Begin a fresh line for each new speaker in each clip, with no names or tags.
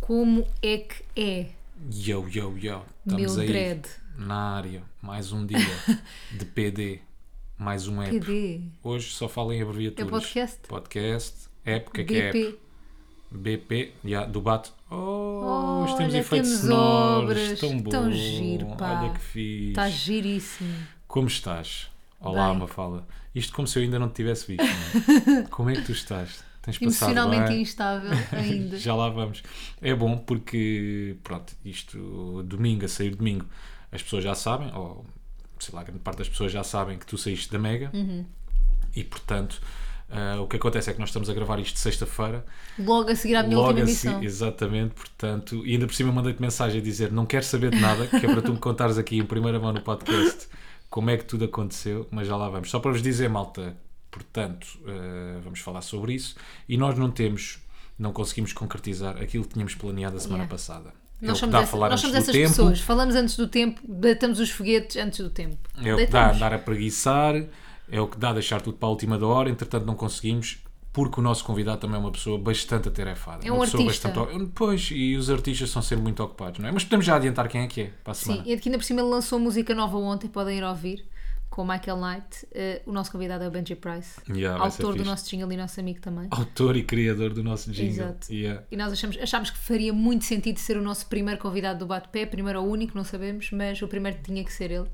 Como é que é,
Yo, yo, yo.
meu
Estamos aí
dread?
na área. Mais um dia de PD. Mais um app.
PD?
Hoje só falo em abreviaturas.
É podcast?
Podcast. App, o que é que é app?
BP?
BP. já, do Bato. Oh,
Olha,
temos efeitos
temos
sonoros.
obras.
Tão bom.
Tão giro, pá.
Olha que fixe.
Está tá giríssimo.
Como estás? Olá,
Bem.
Mafala. Isto como se eu ainda não te tivesse visto. não é? como é que tu estás? Tens passado
Emocionalmente
bem?
instável ainda.
Já lá vamos. É bom porque, pronto, isto domingo, a sair domingo, as pessoas já sabem, ou sei lá, grande parte das pessoas já sabem que tu saíste da Mega e, portanto, ah, o que acontece é que nós estamos a gravar isto sexta-feira,
Logo a seguir à minha
logo
última
a seguir,
missão.
exatamente, portanto, e ainda por cima mandei-te mensagem a dizer não quero saber de nada, que é para tu me contares aqui em primeira mão no podcast como é que tudo aconteceu, mas já lá vamos. Só para vos dizer, malta, portanto, eh, vamos falar sobre isso e nós não temos, não conseguimos concretizar aquilo que tínhamos planeado a semana
Yeah.
passada. É o
Nós
que
somos,
dá a
essa-
falar
nós
antes
somos
do
essas
tempo,
pessoas. Falamos antes do tempo, deitamos os foguetes antes do tempo.
É o que dá a
Deitamos.
andar a preguiçar, é o que dá a deixar tudo para a última da hora, entretanto não conseguimos, porque o nosso convidado também é uma pessoa bastante atarefada.
É
uma
um
pessoa
artista.
bastante. o- Pois, e os artistas são sempre muito ocupados, não é? Mas podemos já adiantar quem é que é para a
Sim,
semana.
e aqui ainda por cima ele lançou música nova ontem, podem ir ouvir, com o Michael Knight. Eh, o nosso convidado é o Benji Price,
Yeah, vai ser
autor do
fixe.
nosso jingle e nosso amigo também.
Autor e criador do nosso jingle. é,
Exato.
Yeah.
E nós achamos, achámos que faria muito sentido ser o nosso primeiro convidado do Bate-Pé, primeiro ou único, não sabemos, mas o primeiro tinha que ser ele.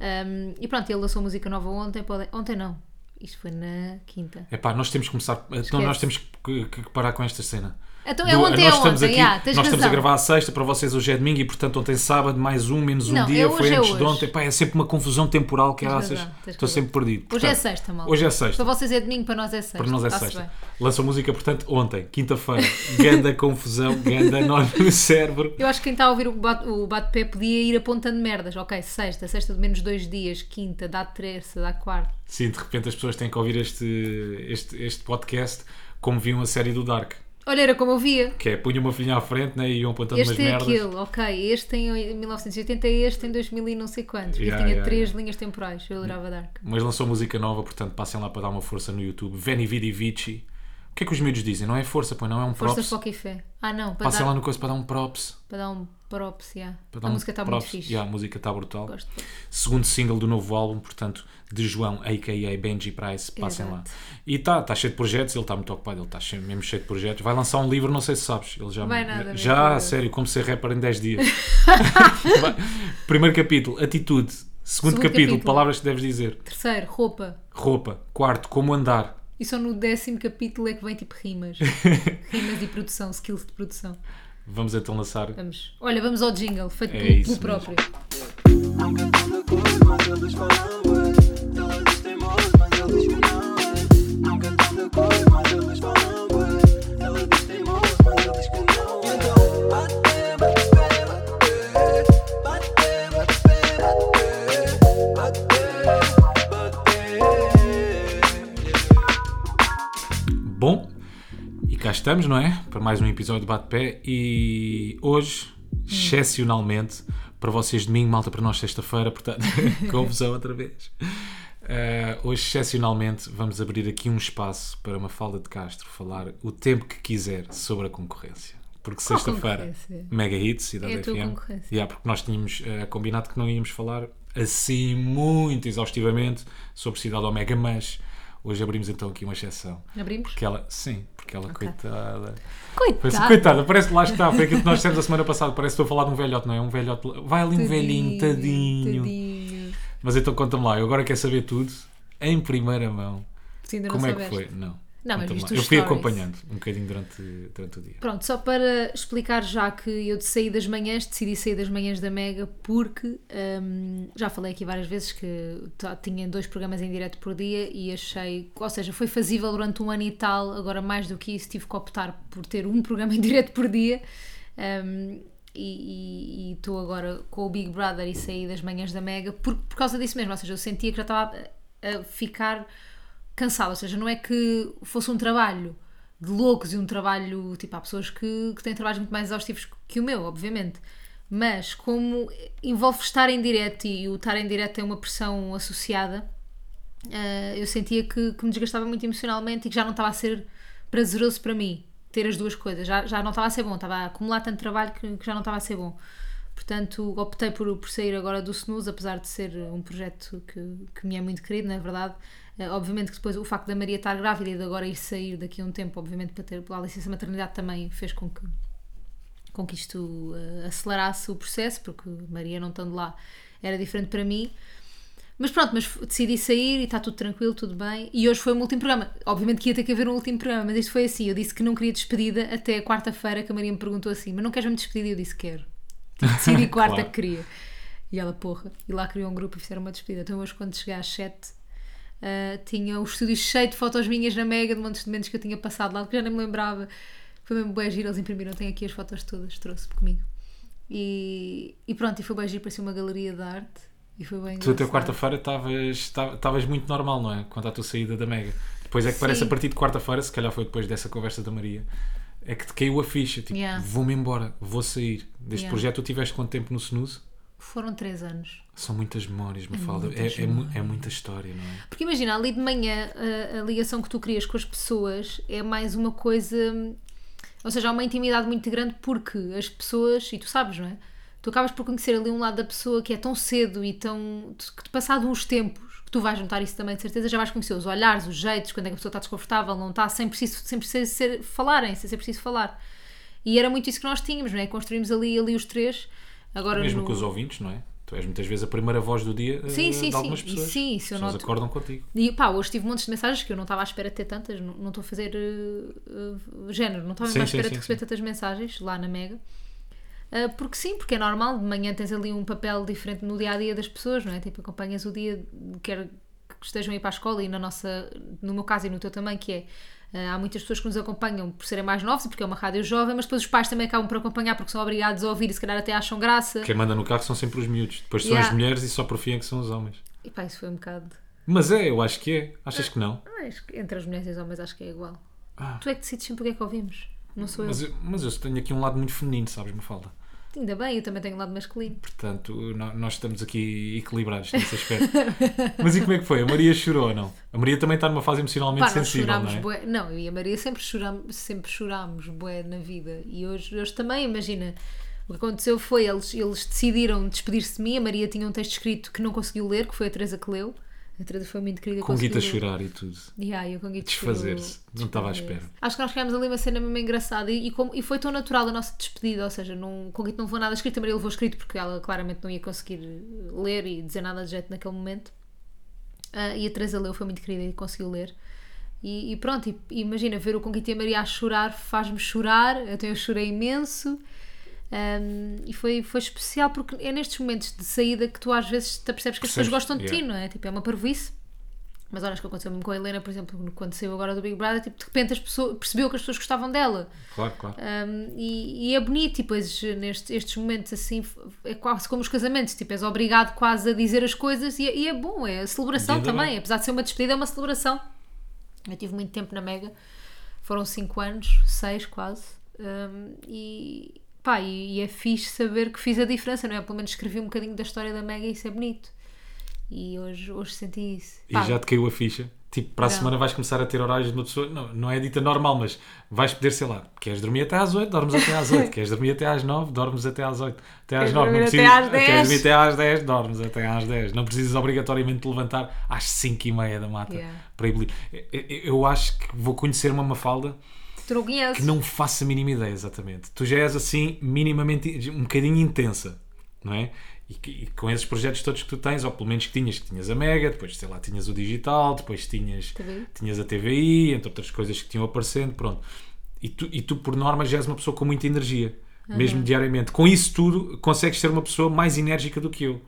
Um, e pronto, ele lançou música nova ontem, podem- ontem não, isto foi na quinta.
Epá, nós temos que começar. Então nós temos que, que- que parar com esta cena.
Então é
Do-
ontem,
nós
é
estamos
ontem,
aqui,
yeah, tens
nós estamos a
razão.
gravar à sexta, para vocês hoje é domingo e portanto ontem sábado, mais um, menos um
Não, é
dia,
hoje,
foi
é
antes de
hoje.
ontem. Epá, é sempre uma confusão temporal que
Tens
achas.
razão, tens
Estou
razão.
sempre perdido.
Hoje é
Portanto,
sexta, malta.
Hoje é sexta.
Para vocês é domingo, para nós é sexta.
Para nós é
Está-se
sexta.
bem.
Lançou música, portanto, ontem, quinta-feira. Ganda confusão, ganda nó no cérebro.
Eu acho que quem está a ouvir o bate- o bate-pé podia ir apontando merdas. Ok, sexta, sexta de menos dois dias, quinta, dá terça, dá quarta.
Sim, de repente as pessoas têm que ouvir este, este, este podcast como viam a série do Dark.
Olha, era como eu via.
Que é, punha uma filhinha à frente né, e iam apontando umas
Este é
merdas.
aquele, ok. Este tem em 1980, este em 2000 e não sei quantos. Porque
Yeah,
tinha
yeah,
três
yeah.
linhas temporais. Eu adorava Dark.
Mas lançou música nova, portanto, passem lá para dar uma força no YouTube. Veni Vidi Vici. O que é que os miúdos dizem? Não é força, pois não é um
Força,
props.
foco e fé. Ah, não, para,
Passem
dar,
lá no coisa para dar um props.
para dar um props, yeah.
Para dar
A
um
música está muito
props.
fixe.
Yeah, a música está brutal.
Gosto.
segundo single do novo álbum, portanto, de João, a.k.a. Benji Price, passem lá.
Exato.
E está tá cheio de projetos, ele está muito ocupado, ele está mesmo cheio de projetos. Vai lançar um livro, não sei se sabes. Ele já,
Vai nada, meu
já a
Deus.
sério, como ser rapper em 10 dias. Vai. Primeiro capítulo, atitude. Segundo,
Segundo
capítulo,
capítulo.
palavras que deves dizer.
Terceiro, roupa.
Roupa. Quarto, como andar.
E só no décimo capítulo é que vem tipo rimas. rimas e produção, skills de produção.
Vamos então lançar.
Vamos. Olha, vamos ao jingle, feito
É
pelo-
isso
pelo próprio.
Não cantam da cor, mas eles falam bué. Elas dizem moço, mas eles que não é. Não cantam da cor, mas eles falam bué. Elas dizem moço, mas eles que não é. Então, bate, bate, bate, bate. Bate, bate, bate, bate. Bate.
Bom, e cá estamos, não é? Para mais um episódio de Bate-Pé e hoje,
Hum.
excepcionalmente, para vocês domingo, malta para nós sexta-feira, portanto, confusão outra vez. Eh, hoje, excepcionalmente, vamos abrir aqui um espaço para uma falda de Castro falar o tempo que quiser sobre a concorrência. Porque
Qual
sexta-feira,
concorrência?
Mega Hits, Cidade
É a tua
FM.
concorrência.
Yeah, porque nós tínhamos eh, combinado que não íamos falar assim muito exaustivamente sobre Cidade Omega, mas hoje abrimos então aqui uma exceção.
Abrimos?
Porque ela, sim, porque ela, coitada. Foi assim,
Coitado.
coitada, parece lá está, foi aquilo que nós dissemos a semana passada, parece que estou a falar de um velhote, não é? Um velhote. Vai ali um velhinho, tadinho.
tadinho.
Mas então conta-me lá, eu agora quero saber tudo, em primeira mão.
Se ainda
Como
não
é
soubeste.
que foi? Não.
Não, mas
Conta-me
viste
lá. Eu
os
fui
stories.
acompanhando um bocadinho durante, durante o dia.
Pronto, só para explicar já que eu de sair das manhãs, decidi sair das manhãs da Mega porque hum, já falei aqui várias vezes que tá- tinha dois programas em direto por dia e achei, ou seja, foi fazível durante um ano e tal, agora mais do que isso tive que optar por ter um programa em direto por dia hum, e e- e estou agora com o Big Brother e saí das manhãs da Mega por, por causa disso mesmo, ou seja, eu sentia que já estava a- a ficar cansada, ou seja, não é que fosse um trabalho de loucos e um trabalho, tipo, há pessoas que, que têm trabalhos muito mais exaustivos que o meu, obviamente, mas como envolve estar em direto e o estar em direto tem uma pressão associada, Eh, ah, eu sentia que, que me desgastava muito emocionalmente e que já não estava a ser prazeroso para mim. ter as duas coisas. Já, já não estava a ser bom, estava a acumular tanto trabalho que, que já não estava a ser bom. Portanto, optei por, por sair agora do Snooze, apesar de ser um projeto que, que me é muito querido, na verdade. Eh, obviamente que depois o facto da Maria estar grávida e de agora ir sair daqui a um tempo, obviamente para ter pela licença de maternidade também fez com que com que isto eh, acelerasse o processo, porque Maria não estando lá era diferente para mim. Mas pronto, mas f- decidi sair e está tudo tranquilo, tudo bem. E hoje foi o meu último programa. Obviamente que ia ter que haver um último programa, mas isto foi assim. Eu disse que não queria despedida até a quarta-feira, que a Maria me perguntou assim: Mas não queres me despedida? E eu disse: Quero. Tipo, Decidi quarta que
Claro.
queria. E ela, porra. E lá criou um grupo e fizeram uma despedida. Então hoje, quando cheguei às sete, ah, tinha o estúdio cheio de fotos minhas na Mega, de montes de momentos que eu tinha passado lá, que já nem me lembrava. Foi mesmo bem giro, eles imprimiram, tenho aqui as fotos todas, trouxe comigo. E, e pronto, e foi bem giro, parecia uma galeria de arte. E foi bem
Tu até
engraçado.
quarta-feira estavas ta- estavas muito normal, não é? Quanto à tua saída da Mega. Depois é que parece
Sim.
a partir de quarta-feira, se calhar foi depois dessa conversa da Maria, é que te caiu a ficha. Tipo,
Yeah.
vou-me embora, vou sair. Deste
Yeah.
projeto tu tiveste quanto tempo no Snooze?
Foram três anos.
São muitas memórias, Mafalda. É,
muitas
é, mu- é muita história, não é?
Porque imagina, ali de manhã a, a ligação que tu crias com as pessoas é mais uma coisa. Ou seja, há uma intimidade muito grande porque as pessoas, e tu sabes, não é? Tu acabas por conhecer ali um lado da pessoa que é tão cedo e tão. que passado uns tempos, que tu vais notar isso também de certeza, já vais conhecer os olhares, os jeitos, quando é que a pessoa está desconfortável, não está, sem preciso, sem preciso ser, falarem, sem ser preciso falar. E era muito isso que nós tínhamos, não é? Construímos ali, ali os três. Agora
Mesmo
no-
com os ouvintes, não é? Tu és muitas vezes a primeira voz do dia eh,
Sim, sim,
de algumas
sim.
pessoas.
Sim, isso eu
As pessoas
noto.
acordam contigo.
E pá, hoje tive montes de mensagens que eu não estava à espera de ter tantas, não não estou a fazer eh, eh, género, não estava
Sim,
mesmo à
sim,
espera
sim,
de receber
sim.
tantas mensagens lá na Mega. Ah, porque sim, porque é normal, de manhã tens ali um papel diferente no dia a dia das pessoas, não é? Tipo, acompanhas o dia, quer que estejam aí para a escola e na nossa, no meu caso e no teu também, que é. ah, há muitas pessoas que nos acompanham por serem mais novos e porque é uma rádio jovem, mas depois os pais também acabam por acompanhar porque são obrigados a ouvir e se calhar até acham graça.
Quem manda no carro são sempre os miúdos. Depois são
Yeah.
as mulheres e só profiam que são os homens.
E pá, isso foi um bocado.
Mas é, eu acho que é. Achas que não?
Ah, Acho que entre as mulheres e os homens acho que é igual.
Ah.
Tu é que decides sempre o que é que ouvimos. Não sou eu.
Mas, eu- mas eu tenho aqui um lado muito feminino, sabes, Mafalda?
Ainda bem, eu também tenho um lado masculino.
Portanto, no- nós estamos aqui equilibrados nesse aspecto. Mas e como é que foi? A Maria chorou ou não? A Maria também está numa fase emocionalmente
Pá, nós
sensível, não
chorámos
é?
bué. Não, eu e a Maria sempre chorámos, sempre chorámos bué na vida. E hoje, hoje também, imagina. O que aconteceu foi, eles, eles decidiram despedir-se de mim. A Maria tinha um texto escrito que não conseguiu ler, que foi a Teresa que leu. A Teresa foi muito querida.
Com Guita a
conseguiu ler.
chorar e tudo.
Yeah, eu com Guita
Desfazer-se.
chorou.
Não estava à
Desfazer-se.
espera.
Acho que nós criámos ali uma cena mesmo engraçada e, e como- e foi tão natural a nossa despedida, ou seja, não, com Guita não levou nada escrito, a Maria levou escrito porque ela claramente não ia conseguir ler e dizer nada de jeito naquele momento. Ah, e a Teresa leu, foi muito querida e conseguiu ler. E, e pronto, e- e imagina, ver o Conquita e a Maria a chorar faz-me chorar, então eu chorei imenso. Ahm, e foi, foi especial porque é nestes momentos de saída que tu às vezes te apercebes que as pessoas
Percebes,
gostam de ti,
yeah.
não é? Tipo, é uma parvoíce. Mas olha, acho que aconteceu mesmo com a Helena, por exemplo, quando saiu agora do Big Brother, tipo, de repente as pessoas, percebeu que as pessoas gostavam dela.
Claro, claro.
Um, e, e é bonito, tipo, estes, nestes- estes momentos assim, f- é quase como os casamentos, tipo, és obrigado quase a dizer as coisas e, é- e é bom, é a celebração
Ainda
também,
bem.
apesar de ser uma despedida, é uma celebração. Eu tive muito tempo na Mega, foram 5 anos, 6 quase, um, e pá, e, e é fixe saber que fiz a diferença, não é? Pelo menos escrevi um bocadinho da história da Mega e isso é bonito. E hoje, hoje senti isso.
E
Pá,
já te caiu a ficha? Tipo, para a
Não.
semana vais começar a ter horários de uma pessoa. Não, não é dita normal, mas vais poder, sei lá, queres dormir até às 8, dormes até às 8. queres dormir até às 9, dormes até às 8. Até às
Queres
9, não
dormir até
precisas.
às 10?
Queres dormir até às 10, dormes até às 10. Não precisas obrigatoriamente te levantar às 5 e meia da mata
Yeah.
para ir belir. Eu- eu- Eu acho que vou conhecer uma mafalda
tu não conheces.
que não faço a mínima ideia, exatamente. Tu já és assim, minimamente, um bocadinho intensa, não é? E, que- e com esses projetos todos que tu tens, ou pelo menos que tinhas, que tinhas a Mega, depois, sei lá, tinhas o Digital, depois tinhas,
TVI.
tinhas a TVI, entre outras coisas que tinham aparecendo, pronto. E tu, e tu, por norma, já és uma pessoa com muita energia, mesmo diariamente. Com isso tudo, consegues ser uma pessoa mais enérgica do que eu.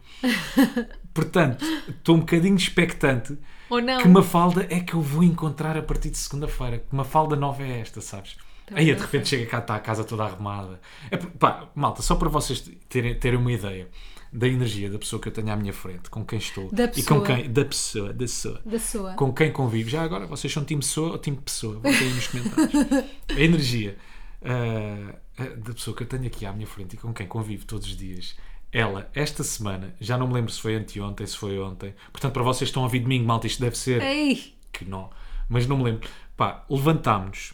Portanto, estou um bocadinho expectante
Ou não?
que Mafalda é que eu vou encontrar a partir de segunda-feira? Que Mafalda nova é esta, sabes? Aí de
não
repente chega cá, está a casa toda arrumada. É, por- pá, malta, só para vocês terem, terem uma ideia da energia da pessoa que eu tenho à minha frente, com quem estou
Da
e com
pessoa.
quem da pessoa, da pessoa,
Da sua.
com quem convivo. Já agora, vocês são time pessoa ou time pessoa? Vão aí nos comentários. a energia ah, ah, da pessoa que eu tenho aqui à minha frente e com quem convivo todos os dias. Ela, esta semana, já não me lembro se foi anteontem, se foi ontem. Portanto, para vocês que estão a
É
ouvir domingo, malta, isto deve ser
Ei!
que não, mas não me lembro. Pá, levantámos-nos,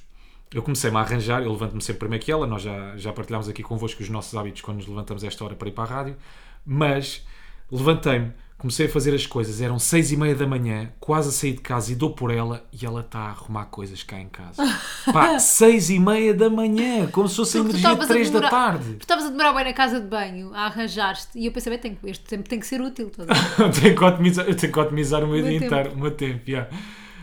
Eu comecei-me a arranjar, eu levanto-me sempre primeiro que ela, nós já, já partilhámos aqui convosco os nossos hábitos quando nos levantamos a esta hora para ir para a rádio, mas levantei-me, comecei a fazer as coisas, eram seis e meia da manhã, quase a sair de casa e dou por ela e ela está a arrumar coisas cá em casa. Pá, seis e meia da manhã, como se fosse a
Porque tu
energia de
estavas a
três da
demorar-
tarde.
Tu estavas a demorar bem na casa de banho, a arranjar-te. E eu pensei, bem, tenho, que- este tempo tem que ser útil. Todo.
eu tenho que otimizar, eu tenho que otimizar o meu
O meu
dia
tempo.
inteiro, o meu tempo. yeah.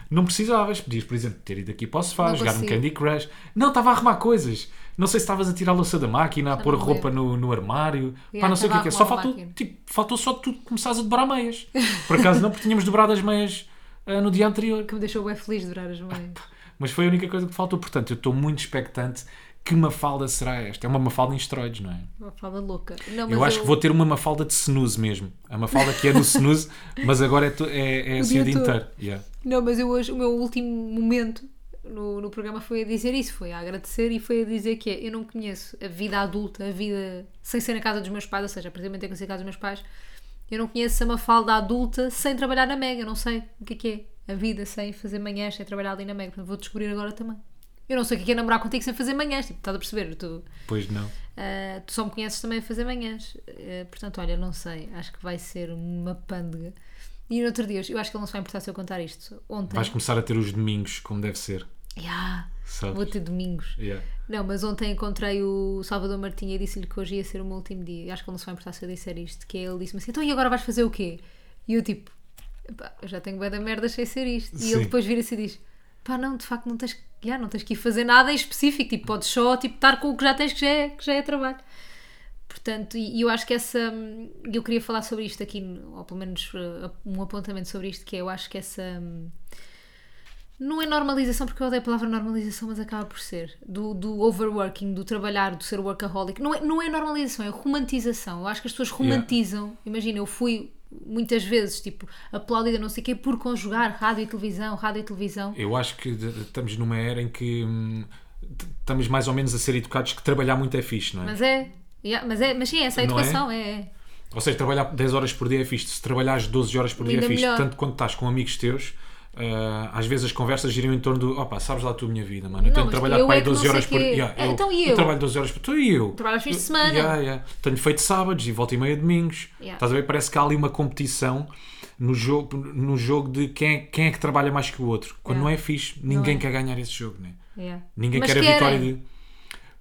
Não precisavas, podias, por exemplo, ter ido aqui para o sofá,
Não
jogar um
consigo.
Candy Crush. Não, estava a arrumar coisas. Não sei se estavas a tirar a louça da máquina, a pôr
me
roupa no, no armário. Pá,
Yeah,
não sei o que é. que é. Só
estava a arrumar a
faltou,
máquina.
tipo, faltou só tu começares a dobrar meias. Por acaso não, porque tínhamos dobrado as meias ah, no dia anterior.
Que me deixou bem feliz de durar as manhãs.
Mas foi a única coisa que faltou. Portanto, eu estou muito expectante. Que mafalda será esta? É uma mafalda em esteroides, não é?
Uma fala louca. Não,
Eu
mas
acho que vou ter uma mafalda de snooze mesmo. A mafalda que é do snooze, mas agora é, to- é, é assim
dia
o dia
todo.
inteiro. Yeah.
Não, mas eu hoje, o meu último momento no, no programa foi a dizer isso, foi a agradecer e foi a dizer que é, eu não conheço a vida adulta, a vida sem ser na casa dos meus pais, ou seja, a partir do momento em que eu saí da casa dos meus pais, eu não conheço a Mafalda adulta sem trabalhar na Mega, eu não sei o que é que é a vida sem fazer manhãs, sem trabalhar ali na Mega, portanto vou descobrir agora também. Eu não sei o que é, que é namorar contigo sem fazer manhãs, tipo, estás a perceber? Tu,
Pois não.
ah, tu só me conheces também a fazer manhãs. Ah, portanto, olha, não sei, acho que vai ser uma pândega. E no outro dia, eu acho que ele não se vai importar se eu contar isto. Ontem.
Vais começar a ter os domingos, como deve ser.
Ya,
Sabes?
vou ter domingos.
Yeah.
Não, mas ontem encontrei o Salvador Martinha e disse-lhe que hoje ia ser o meu último dia. Eu Acho que ele não se vai importar se eu disser isto. Que é ele disse-me assim: então e agora vais fazer o quê? E eu tipo: "Epá, eu já tenho bem da merda sem ser isto. E
Sim.
ele depois vira-se e diz: pá, não, de facto não tens, que- ya, não tens que ir fazer nada em específico. Tipo, podes só tipo, estar com o que já tens, que já é, que já é trabalho. Portanto, e e eu acho que essa. hum, Eu queria falar sobre isto aqui, ou pelo menos uh, um apontamento sobre isto, que é eu acho que essa. hum, Não é normalização, porque eu odeio a palavra normalização, mas acaba por ser. Do, do overworking, do trabalhar, do ser workaholic. Não é, não é normalização, é romantização. Eu acho que as pessoas romantizam. Imagina, eu fui muitas vezes, tipo, aplaudida, não sei o quê, por conjugar rádio e televisão, rádio e televisão.
Eu acho que de- estamos numa era em que hum, t- estamos mais ou menos a ser educados que trabalhar muito é fixe, não é?
Mas é. yeah, mas é, mas sim, essa é a
Não é?
educação, é, é.
Ou seja, trabalhar 10 horas por dia é fixe. Se trabalhares 12 horas por dia é
Ainda
fixe.
melhor.
Tanto quando estás com amigos teus, ah, às vezes as conversas giram em torno do opá, sabes lá tu a minha vida, mano. Eu
Não,
tenho
mas
trabalhado
eu
para aí
é que não
12
sei
horas por
quê.
dia.
É, então e eu?
trabalho 12 horas por tu e eu.
Trabalho aos fins de
Eu-
semana.
yeah, yeah. Tenho feito sábados e volta e meia domingos.
Yeah.
Estás a ver? Parece que há ali uma competição no jogo, no jogo de quem, é- quem é que trabalha mais que o outro. Quando
Yeah.
não é fixe, ninguém quer ganhar esse jogo, né?
yeah.
Ninguém
Mas
quer a
querem.
vitória de.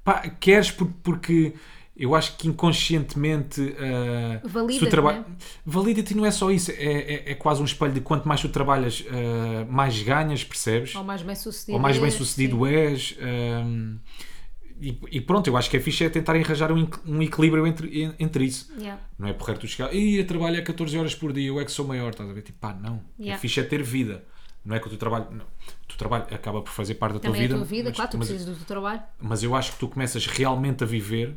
Pá, queres por- porque eu acho que inconscientemente. ah, se tu
Valida-te,
traba-
né?
Valida-te e não é só isso. É, é, é quase um espelho de quanto mais tu trabalhas, ah, mais ganhas, percebes?
Ou mais bem sucedido.
Ou mais
é,
bem sucedido és. ah, e, e pronto, eu acho que a ficha é tentar arranjar um, inc- um equilíbrio entre, en- entre isso.
sim. Yeah.
Não é porreiro tu chegar e eu trabalho a 14 horas por dia, eu é que sou maior, estás a ver? Tipo, pá, não.
Yeah.
A ficha é ter vida. Não é que o teu trabalho. Não. O teu trabalho acaba por fazer parte da
Também é
tua vida.
a tua vida,
mas-
claro, tu
mas-
precisas do teu trabalho.
mas eu acho que tu começas realmente a viver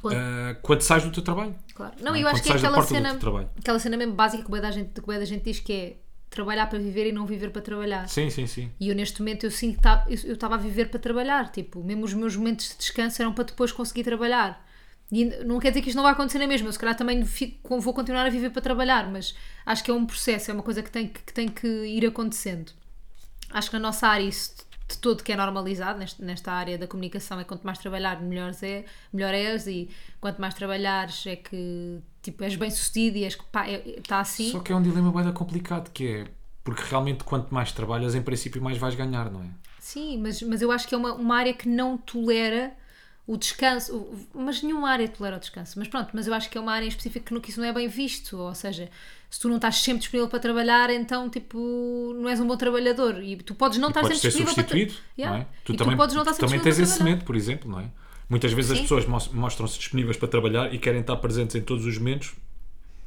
Quando-
ah, quando sais do teu trabalho.
Claro. Não, eu acho
quando
que é
sais da
aquela
porta do
cena,
teu trabalho.
aquela cena mesmo básica que bué da gente, que bué da gente diz que é trabalhar para viver e não viver para trabalhar.
Sim, sim, sim.
E eu neste momento eu sinto que tá- eu eu estava a viver para trabalhar, tipo, mesmo os meus momentos de descanso eram para depois conseguir trabalhar. E ainda- não quer dizer que isto não vai acontecer na mesma, eu se calhar também fico- vou continuar a viver para trabalhar, mas acho que é um processo, é uma coisa que tem que, que tem que ir acontecendo. Acho que na nossa área isso de todo que é normalizado, neste- nesta área da comunicação, é quanto mais trabalhar, melhor, é, melhor és e quanto mais trabalhares é que tipo, és bem sucedido e és que pá, está assim.
Só que é um dilema bem complicado, que é porque realmente quanto mais trabalhas, em princípio mais vais ganhar, não é?
Sim, mas, mas eu acho que é uma, uma área que não tolera o descanso, o- o- mas nenhuma área tolera o descanso, mas pronto, mas eu acho que é uma área em específico que, não, que isso não é bem visto, ou seja, se tu não estás sempre disponível para trabalhar, então tipo, não és um bom trabalhador e tu podes não estar
Podes
sempre
ser
disponível para
substituído,
tra-
não
Yeah.
é?
E tu podes não estar sempre
também
disponível
tens
para
esse
trabalhar.
medo, por exemplo, não é? Muitas vezes as
Sim.
pessoas mos- mostram-se disponíveis para trabalhar e querem estar presentes em todos os momentos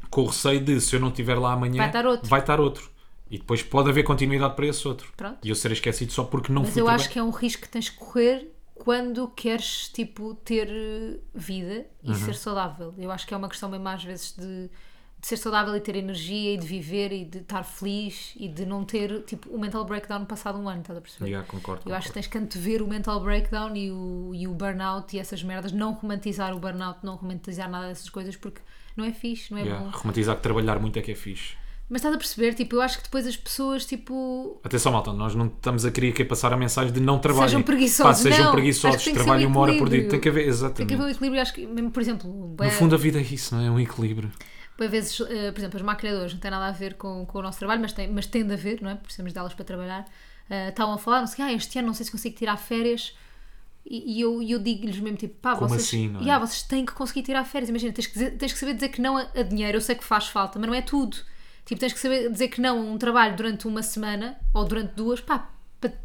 com o receio de se eu não estiver lá amanhã,
Vai estar outro.
vai estar outro. E depois pode haver continuidade para esse outro.
Pronto.
E eu ser esquecido só porque não
Mas
fui
eu
trabalhar.
acho que é um risco que tens que correr quando queres, tipo, ter eh, vida e
Uhum.
ser saudável. Eu acho que é uma questão mesmo às vezes de, de ser saudável e ter energia e de viver e de estar feliz e de não ter, tipo, o mental breakdown passado um ano, estás a perceber?
Yeah, concordo,
Eu acho que tens que antever o mental breakdown e o, e o burnout e essas merdas, não romantizar o burnout, não romantizar nada dessas coisas porque não é fixe, não é
Yeah,
bom.
Romantizar que trabalhar muito é que é fixe.
Mas estás a perceber? Tipo, eu acho que depois as pessoas, tipo.
Atenção, malta, nós não estamos a querer aqui passar a mensagem de não trabalhem.
Sejam preguiçosos,
sejam
não.
preguiçosos,
Acho que tem que ser um
trabalhem uma hora por dia.
equilíbrio.
Tem que haver,
Tem
exatamente.
que haver um equilíbrio, acho que, mesmo, por exemplo, eh, bué-
Uhum. No fundo, a vida é isso, não é? É um equilíbrio.
Por vezes, eh, por exemplo, as maquilhadoras não têm nada a ver com, com o nosso trabalho, mas tem, mas tende a ver, não é? Precisamos delas para trabalhar. Eh, estavam a falar, não sei, ah, este ano não sei se consigo tirar férias. E, e eu, e eu digo-lhes mesmo, tipo, pá,
Como
vocês,
assim, não é?
Ya, vocês têm que conseguir tirar férias. Imagina, tens que, dizer- tens que saber dizer que não a, a dinheiro. Eu sei que faz falta, mas não é tudo. Tipo, tens que saber dizer que não a um trabalho durante uma semana ou durante duas, pá,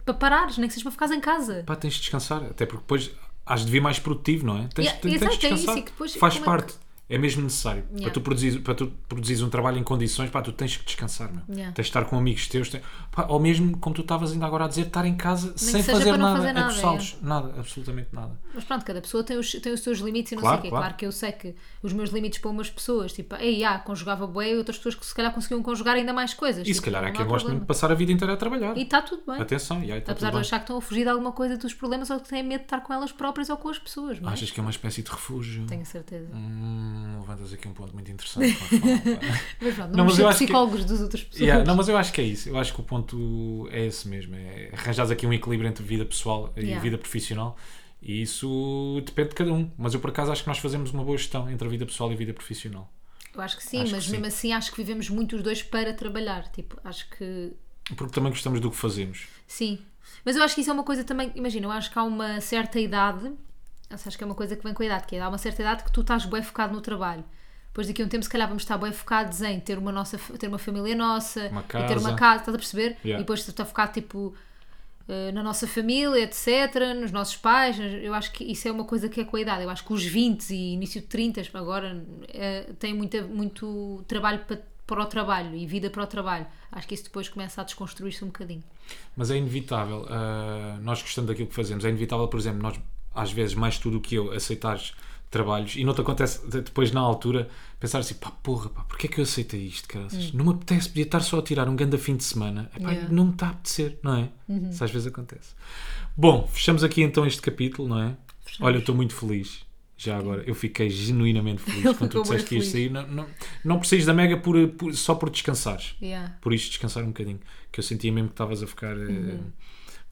para parares, nem que seja para ficares em casa.
Pá, tens de descansar. Até porque depois has de vir mais produtivo, não é? Tens,
Yeah,
tens
exato, é
de descansar.
isso, e que depois
Faz
como é que-
parte. É mesmo necessário. Para, tu produzir, para tu produzires um trabalho em condições, pá, tu tens que descansar, meu.
Yeah.
Tens de estar com amigos teus. Tem... Pá, ou mesmo, como tu estavas ainda agora a dizer, estar em casa sem
seja
fazer
para não
nada.
fazer
a
nada, é.
coçá-los. Nada, absolutamente nada.
Mas pronto, cada pessoa tem os, tem os seus limites e não
Claro,
sei o quê.
claro.
Claro. que eu sei que os meus limites para umas pessoas, tipo, ei, ah, conjugava bué e outras pessoas que se calhar conseguiam conjugar ainda mais coisas. Tipo,
E se calhar é há
não
quem
há
gosta
problema.
muito de passar a vida inteira a trabalhar.
E está tudo bem.
Ah, Atenção, e aí está
Apesar
tudo
de eu
bem.
achar que estão a fugir de alguma coisa dos problemas ou que têm medo de estar com elas próprias ou com as pessoas, não é?
Achas que é uma espécie de refúgio?
Tenho certeza.
Hum, levantas aqui um ponto muito interessante. para falar, pá.
Mas pronto,
Não,
não, vamos
mas
ser
eu acho que-
psicólogos das outras pessoas.
Yeah, não, mas eu acho que é isso. Eu acho que o ponto é esse mesmo. É arranjares aqui um equilíbrio entre vida pessoal
Yeah.
e vida profissional. E isso depende de cada um. Mas eu, por acaso, acho que nós fazemos uma boa gestão entre a vida pessoal e a vida profissional.
Eu acho que sim,
Acho
mas
que
mesmo assim acho que vivemos muito os dois para trabalhar. Tipo, acho que
Porque também gostamos do que fazemos.
Sim. Mas eu acho que isso é uma coisa também. Imagina, eu acho que há uma certa idade. ou seja, Acho que é uma coisa que vem com a idade, que é há uma certa idade que tu estás bem focado no trabalho. Depois daqui a um tempo, se calhar, vamos estar bem focados em ter uma, nossa, ter uma família nossa
Uma
e ter uma
casa.
casa, estás a perceber? E
Yeah.
depois tu estás focado tipo eh, na nossa família, etc., nos nossos pais. Eu acho que isso é uma coisa que é com a idade. Eu acho que os 20 e início de 30 agora eh, têm muita, muito trabalho para, para o trabalho e vida para o trabalho. Acho que isso depois começa a desconstruir-se um bocadinho.
Mas é inevitável. ah, nós gostando daquilo que fazemos. É inevitável, por exemplo, nós, às vezes, mais tudo do que eu, aceitares trabalhos e não te acontece de- depois na altura pensar assim, pá, porra, pá, porquê é que eu aceitei isto, caraças? Não me apetece, podia estar só a tirar um ganda fim de semana. Epá,
Hum. Yeah. Uhum.
Não me está a apetecer, não é? Isso às vezes acontece. Bom, fechamos aqui então este capítulo, não é? Olha, eu estou muito feliz. Já agora, eu fiquei genuinamente
Ele
feliz quando
ficou
tu disseste que
bem
ias sair. Não, não, não precisas da Mega por, por- só por descansares
Yeah.
por isto descansar um bocadinho, que eu sentia mesmo que estavas a ficar eh,
Uhum.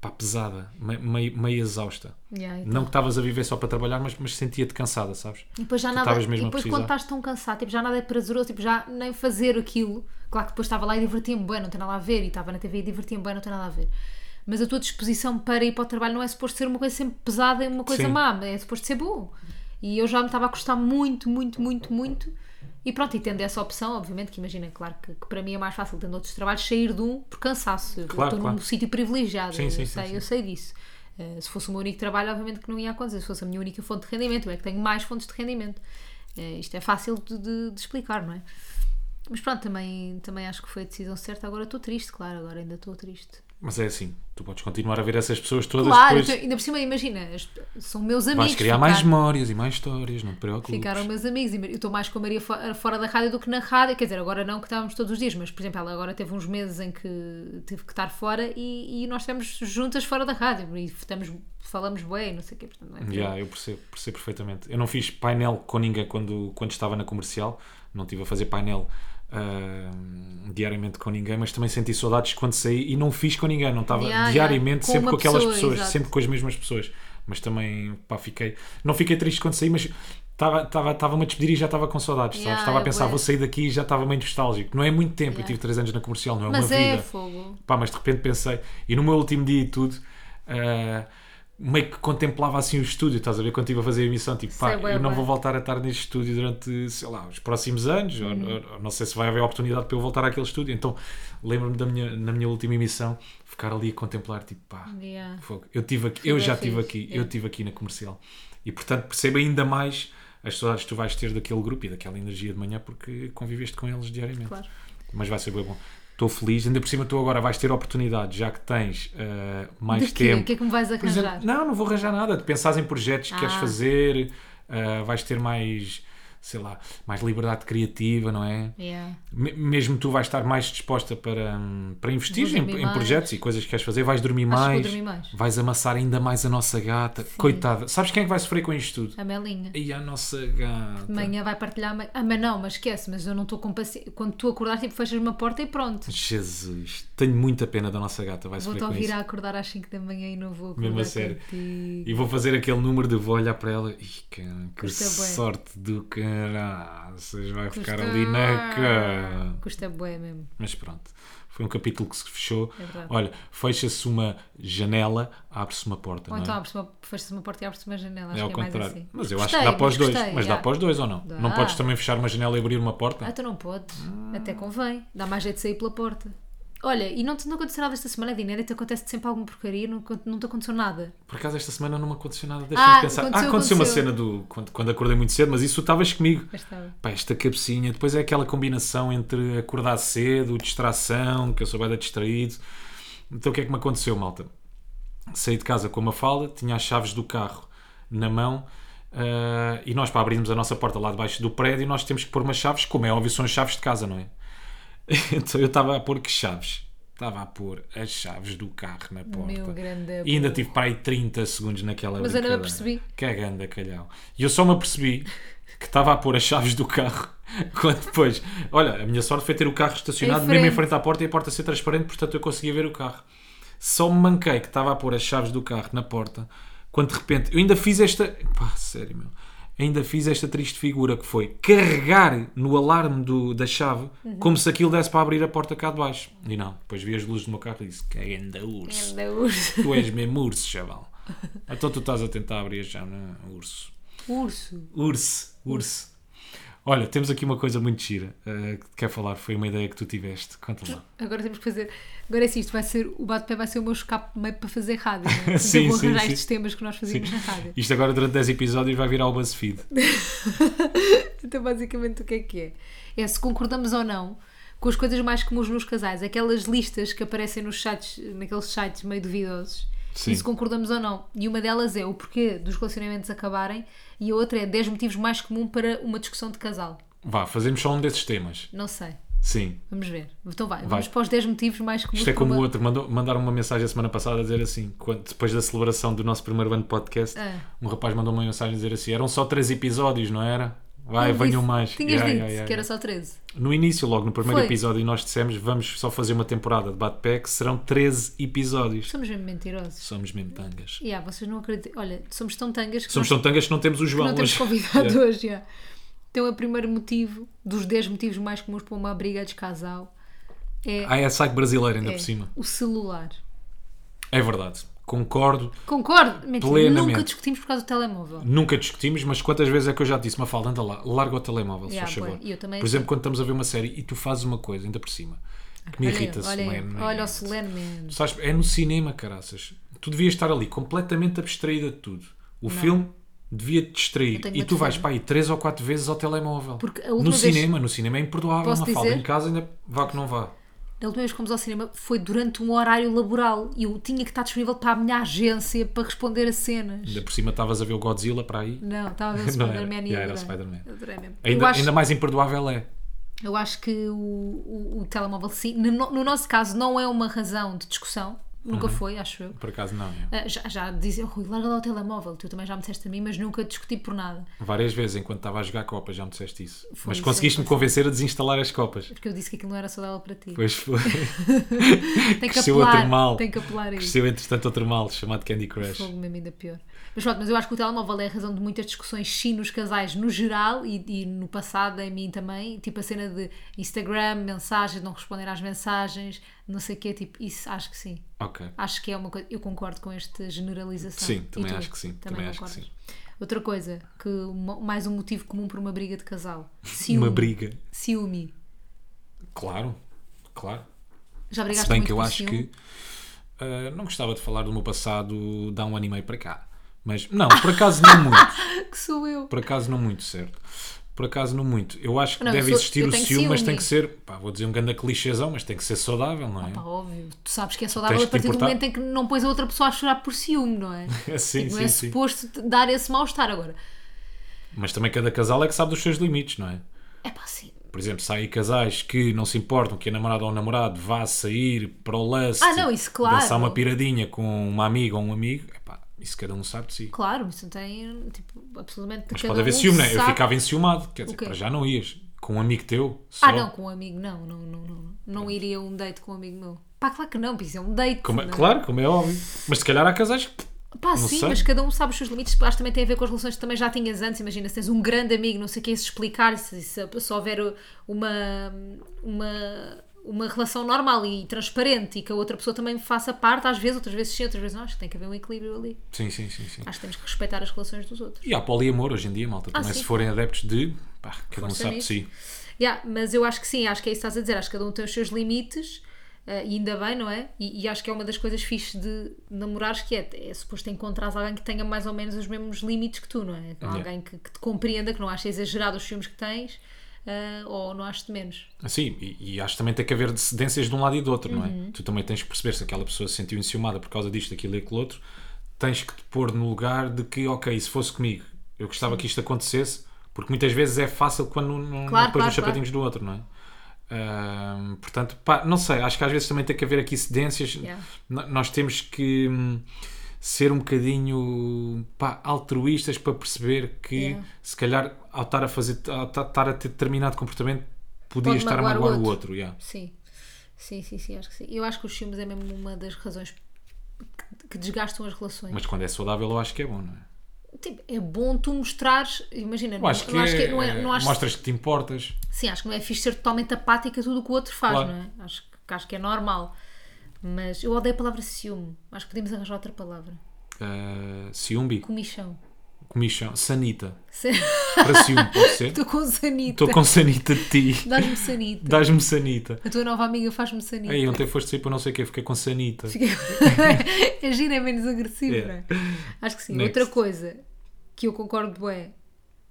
pá, pesada, me- meio, meio exausta.
Yeah, então.
Não que estavas a viver só para trabalhar, mas, mas sentia-te cansada, sabes?
E depois já
Tu
nada.
estavas mesmo
E
a
depois
precisar.
quando estás tão cansado, tipo, já nada é prazeroso, tipo, já nem fazer aquilo. Claro que depois estava lá e divertia-me bem, não tem nada a ver. E estava na TV e divertia-me bem, não tem nada a ver. Mas a tua disposição para ir para o trabalho não é suposto ser uma coisa sempre pesada e uma coisa
Sim.
má, é suposto ser bom. E eu já me estava a custar muito, muito, muito, muito. E pronto, e tendo essa opção, obviamente, que imagina, claro que, que para mim é mais fácil, tendo outros trabalhos, sair de um por cansaço. Eu
Claro,
estou num
claro.
sítio privilegiado,
Sim,
eu,
sim, sim,
sei,
sim.
eu sei disso. Eh, se fosse o meu único trabalho, obviamente que não ia acontecer. Se fosse a minha única fonte de rendimento, eu é que tenho mais fontes de rendimento. Eh, isto é fácil de, de- de explicar, não é? Mas pronto, também, também acho que foi a decisão certa. Agora estou triste, claro, agora ainda estou triste.
Mas é assim, tu podes continuar a ver essas pessoas todas
Claro,
depois.
então, ainda por cima, imagina, as- são meus amigos.
Vais criar mais
ficaram-
memórias e mais histórias, não te preocupes.
Ficaram meus amigos. e Eu estou mais com a Maria fo- fora da rádio do que na rádio. Quer dizer, agora não que estávamos todos os dias, mas por exemplo, ela agora teve uns meses em que teve que estar fora e, e nós estivemos juntas fora da rádio e estamos, falamos bem, não sei o quê. Portanto, não é por aí.
Yeah, eu percebo, percebo perfeitamente. Eu não fiz painel com ninguém quando, quando estava na comercial, não estive a fazer painel ah, diariamente com ninguém, mas também senti saudades quando saí e não fiz com ninguém, não estava
Yeah, yeah.
diariamente
Com
sempre
uma
com aquelas
pessoa,
pessoas,
exato.
sempre com as mesmas pessoas. Mas também, pá, fiquei. Não fiquei triste quando saí, mas estava- estava- estava-me a despedir e já estava com saudades, sabes?
Yeah,
Estava a
é
pensar,
bué.
vou sair daqui e já estava meio nostálgico. Não é muito tempo, eu
Yeah.
tive 3 anos na comercial, não é
Mas
uma
é
vida.
fogo.
Pá, mas de repente pensei, e no meu último dia e tudo, ah, meio que contemplava assim o estúdio, estás a ver? Quando estive a fazer a emissão, tipo, pá,
Sei, bué,
eu não
bué.
vou voltar a estar neste estúdio durante, sei lá, os próximos anos, ou-
Uhum.
ou, ou não sei se vai haver oportunidade para eu voltar àquele estúdio. Então lembro-me da minha, na minha última emissão, ficar ali a contemplar, tipo, pá,
Yeah.
fogo, eu, tive aqui, eu
bué
já
fixe,
estive aqui, eu
é.
estive aqui na comercial. E portanto percebo ainda mais as saudades que tu vais ter daquele grupo e daquela energia de manhã, porque conviveste com eles diariamente
Claro.
mas vai ser bem bom. Estou feliz, ainda por cima tu agora vais ter oportunidade, já que tens ah, mais
De quê? O
tempo.
que é que me vais
Por exemplo,
arranjar?
não, não vou arranjar nada. De pensares em projetos que queres
Ah.
fazer, ah, vais ter eh, mais, sei lá, mais liberdade criativa, não é?
Yeah.
Me- Mesmo tu vais estar mais disposta para, hum, para investir
Vou
em,
dormir
em
mais.
projetos e coisas que queres fazer, vais dormir,
vou
mais,
dormir mais.
vais amassar ainda mais a nossa gata. Coitada, sabes quem é que vai sofrer com isto tudo?
A Melinha.
E a nossa gata.
De manhã vai partilhar. ma- Ah, mas não, mas esquece, mas eu não estou com paciência. Quando tu acordares, tipo, fechas uma porta e pronto.
Jesus, tenho muita pena da nossa gata, vai sofrer
Vou-te
com
ouvir
isso.
a acordar às 5 da manhã e não vou acordar
Mesmo a sério.
contigo.
E vou fazer aquele número de vou olhar para ela. Ih, cara, que
Custa bué.
sorte do caraças, vai ficar
Custa-
ali na cama.
Custa bué mesmo.
Mas pronto, foi um capítulo que se fechou.
É verdade.
Olha, fecha-se uma janela, abre-se uma porta.
Ou
não é?
então abres uma, fechas uma porta e abres uma janela. Acho
é ao
que é
contrário.
mais assim.
Mas eu acho
Gostei,
que dá para os dois.
gostei,
mas
yeah.
dá para os dois ou não?
Dá.
Não podes também fechar uma janela e abrir uma
Ah,
porta?
tu não podes.
Ah.
Até convém. Dá mais jeito de sair pela porta. Olha, e não te não aconteceu nada esta semana, Dinero? Te acontece sempre alguma porcaria, não, acon- não te aconteceu nada.
Por acaso esta semana não me aconteceu nada. Deixa-me
Ah,
pensar.
aconteceu,
ah, aconteceu, uma
aconteceu.
cena do quando, quando acordei muito cedo, mas isso tu estavas comigo.
Mas estava.
Pá, esta cabecinha, depois é aquela combinação entre acordar cedo, distração, que eu sou bem distraído. Então o que é que me aconteceu, malta? Saí de casa com uma falda, tinha as chaves do carro na mão ah, e nós, para abrirmos a nossa porta lá debaixo do prédio, nós temos que pôr umas chaves, como é óbvio, são as chaves de casa, não é? Então eu estava a pôr que chaves? Estava a pôr as chaves do carro na porta.
Meu grande
e ainda tive para aí 30 segundos naquela
Mas eu não me
brincadeira.
apercebi.
Cagando é calhau. E eu só me apercebi que estava a pôr as chaves do carro quando depois. Olha, a minha sorte foi ter o carro estacionado
Em
mesmo em
frente.
frente à porta e a porta ser transparente, portanto eu conseguia ver o carro. Só me manquei que estava a pôr as chaves do carro na porta quando de repente. Eu ainda fiz esta. Pá, sério, meu. Ainda fiz esta triste figura que foi carregar no alarme do- da chave
Uhum.
como se aquilo desse para abrir a porta cá de baixo. E não, depois vi as luzes do meu carro e disse: Que ainda urso.
Anda, urso.
Tu és mesmo urso, chaval. Então tu estás a tentar abrir a chave, não é? Urso.
Urso.
Urso, urso. Olha, temos aqui uma coisa muito gira eh, que te quero falar. Foi uma ideia que tu tiveste. Conta lá.
Agora temos que fazer. Agora é assim, isto vai ser. O bate-pé vai ser o meu escape meio para fazer rádio. Não é?
Sim,
Eu vou
sim,
arranjar
sim.
estes temas que nós fazíamos na rádio.
Isto agora durante 10 episódios vai virar o BuzzFeed.
Então, basicamente, o que é que é? É se concordamos ou não com as coisas mais comuns nos casais, aquelas listas que aparecem nos sites, naqueles sites meio duvidosos,
Sim.
e se concordamos ou não. E uma delas é o porquê dos relacionamentos acabarem, e a outra é 10 motivos mais comuns para uma discussão de casal.
Vá, fazemos só um desses temas.
Não sei,
Sim.
vamos ver. Então, vai,
Vai.
vamos para os 10 motivos mais comuns
Isto é
para
como o
uma-
outro. Mandou, mandaram uma mensagem a semana passada a dizer assim, quando- depois da celebração do nosso primeiro ano de podcast,
Ah.
um rapaz mandou uma mensagem a dizer assim: eram só 3 episódios, não era? Vai,
Ele
venham
disse-
mais.
Tinhas
Yeah,
dito
yeah, yeah,
que era
yeah.
só 13.
No início, logo no primeiro
Foi.
episódio, nós dissemos: vamos só fazer uma temporada de bate-pé que serão 13 episódios.
Somos mesmo mentirosos.
Somos mesmo tangas.
E ah, vocês não acreditam. Olha, somos tão tangas que
Somos
nós
tão tangas que não temos o
que
João
não temos
hoje. É.
convidado
Yeah.
hoje. já. Então, o primeiro motivo, dos 10 motivos mais comuns para uma briga de casal, é,
Ah, é a site brasileira ainda
é
por cima.
o celular.
É verdade. Concordo.
Concordo? Mentira,
Plenamente.
nunca discutimos por causa do telemóvel.
Nunca discutimos, mas quantas vezes é que eu já te disse, Mafalda, anda lá, larga o telemóvel,
Yeah,
se faz favor.
bué. E eu também
por exemplo, quando estamos a ver uma série e tu fazes uma coisa, ainda por cima, que me
Olha,
irrita solenemente.
Olha, olha o solenemente.
Sabes, é no cinema, caraças. Tu devias estar ali completamente abstraída de tudo. O filme devia te distrair.
Eu tenho
E
muito
tu vais
medo.
para aí três ou quatro vezes ao telemóvel.
Porque a
no
última vez-
cinema, no cinema é imperdoável.
Posso
Uma falda
dizer?
em casa ainda vá que não vá.
A última vez que fomos ao cinema foi durante um horário laboral e eu tinha que estar disponível para a minha agência para responder a cenas.
Ainda por cima estavas a ver o Godzilla para aí.
Não, estava a ver o
Não era.
Spider-Man e
Yeah, era
adorei.
Spider-Man.
Adorei mesmo. Eu
Ainda,
acho-
ainda mais imperdoável é.
Eu acho que o, o, o telemóvel, sim, no, no nosso caso, não é uma razão de discussão,
Uhum.
nunca foi, acho eu.
Por acaso não. é.
Ah, já, já dizem, Rui, larga lá o telemóvel, tu também já me disseste a mim, mas nunca discuti por nada.
Várias vezes enquanto estava a jogar copas já me disseste isso.
Foi
Mas
isso, é
conseguiste-me convencer a desinstalar as copas.
Porque eu disse que aquilo não era saudável para ti.
Pois foi.
tem que
cresceu outro mal.
apelar, tem que apelar a isso.
Cresceu entretanto outro mal chamado Candy Crush.
Fogo mesmo ainda pior. Mas pronto, mas eu acho que o telemóvel é a razão de muitas discussões, sim, nos casais no geral e, e no passado, em mim também. Tipo a cena de Instagram, mensagens, não responder às mensagens, não sei o quê, tipo, isso acho que sim.
Ok.
Acho que é uma coisa. Eu concordo com esta generalização.
Sim,
E
também
tu?
acho que sim, também acho que
concordas? Outra coisa, que mo- mais um motivo comum para uma briga de casal: ciúme.
Uma briga.
Ciúme.
Claro, claro.
Já brigaste
Se bem
muito
que eu
com
acho
ciúme?
que. ah, não gostava de falar do meu passado de há um ano e meio para cá. Mas, não, por acaso não muito.
Que sou eu.
Por acaso não muito, certo? Por acaso não muito. Eu acho que
Não, eu
deve
sou-
existir
eu
o
tenho
ciúme, mas
ciúme.
tem que ser. Pá, vou dizer um grande clichêzão, mas tem que ser saudável, não é?
Pá, óbvio. Tu sabes que é saudável
Tens
a
de te
partir do
importar.
momento em que não pões a outra pessoa a chorar por ciúme, não é?
sim,
não
sim,
é
sim.
suposto te dar esse mal-estar agora.
Mas também cada casal é que sabe dos seus limites, não é?
É pá, sim.
Por exemplo, se há aí casais que não se importam que a namorada ou o namorado vá sair para o lance,
Ah, não, isso, claro.
dançar uma piradinha com uma amiga ou um amigo, epá, isso cada um sabe de si.
Claro, isso não tem, tipo, absolutamente
Mas
cada
pode haver
um
ciúme, não é? Eu
sabe-
ficava enciumado, quer dizer,
O quê?
para já não ias. Com um amigo teu, só.
Ah, não, com um amigo, não, não, não, não. Não iria a um date com um amigo meu. Pá, claro que não, porque é um date.
Como é-
não.
Claro, como é óbvio. Mas se calhar há casais que
Pá,
Não
sim,
sei.
mas cada um sabe os seus limites. Acho que também tem a ver com as relações que também já tinhas antes. Imagina, se tens um grande amigo, não sei o que, se explicar, se, se, se houver uma, uma, uma relação normal e transparente e que a outra pessoa também faça parte, às vezes, outras vezes sim, outras vezes não. Acho que tem que haver um equilíbrio ali.
Sim, sim, sim, sim.
Acho que temos que respeitar as relações dos outros.
E há poliamor hoje em dia, malta. Também
sim.
se forem adeptos de. Pá, cada um
Força
sabe de
nisso.
si.
Yeah, mas eu acho que sim, acho que é isso que estás a dizer. Acho que cada um tem os seus limites eh, e ainda bem, não é? E, e acho que é uma das coisas fixe de namorares que é, é suposto encontrares alguém que tenha mais ou menos os mesmos limites que tu, não é?
Yeah.
Alguém que, que te compreenda, que não ache exagerado os filmes que tens eh, ou não ache-te menos.
Sim, e, e acho que também tem que haver decedências de um lado e do outro, não
Uhum.
é? Tu também tens que perceber se aquela pessoa se sentiu enciumada por causa disto, daquilo e aquilo outro. Tens que te pôr no lugar de que, ok, se fosse comigo, eu gostava que isto acontecesse, porque muitas vezes é fácil quando não, não
Claro,
não pões
claro,
nos sapatinhos do outro, não é? Ahm, portanto, pá, não sei, acho que às vezes também tem que haver aqui cedências.
Yeah.
N- Nós temos que hum, ser um bocadinho pá, altruístas para perceber que,
Yeah.
se calhar, ao estar a, fazer, ao ta- estar a ter determinado comportamento, podia
Pode
estar a
magoar o
magoar o
outro.
outro. yeah.
Sim, sim, sim, sim, acho que sim. Eu acho que os filmes é mesmo uma das razões que, que desgastam as relações.
Mas quando é saudável, eu acho que é bom, não é?
Tipo, é bom tu mostrares, imagina,
Eu acho que,
não acho
é,
que não é, não acho
mostras que te importas.
Sim, acho que não é fixe ser totalmente apática a tudo o que o outro faz,
Claro.
não é? Acho que, acho que é normal. Mas eu odeio a palavra ciúme. Acho que podemos arranjar outra palavra.
Ah, ciúme,
Comichão.
comichão, sanita.
Se-
Para ciúme, pode ser.
Estou com sanita.
Estou com sanita de ti.
Dás-me sanita.
Dás-me sanita.
A tua nova amiga faz-me sanita.
Ei, ontem foste sair para não sei o quê, fiquei com sanita.
é giro, é menos agressivo,
Yeah.
não é? Acho que sim.
Next.
Outra coisa que eu concordo é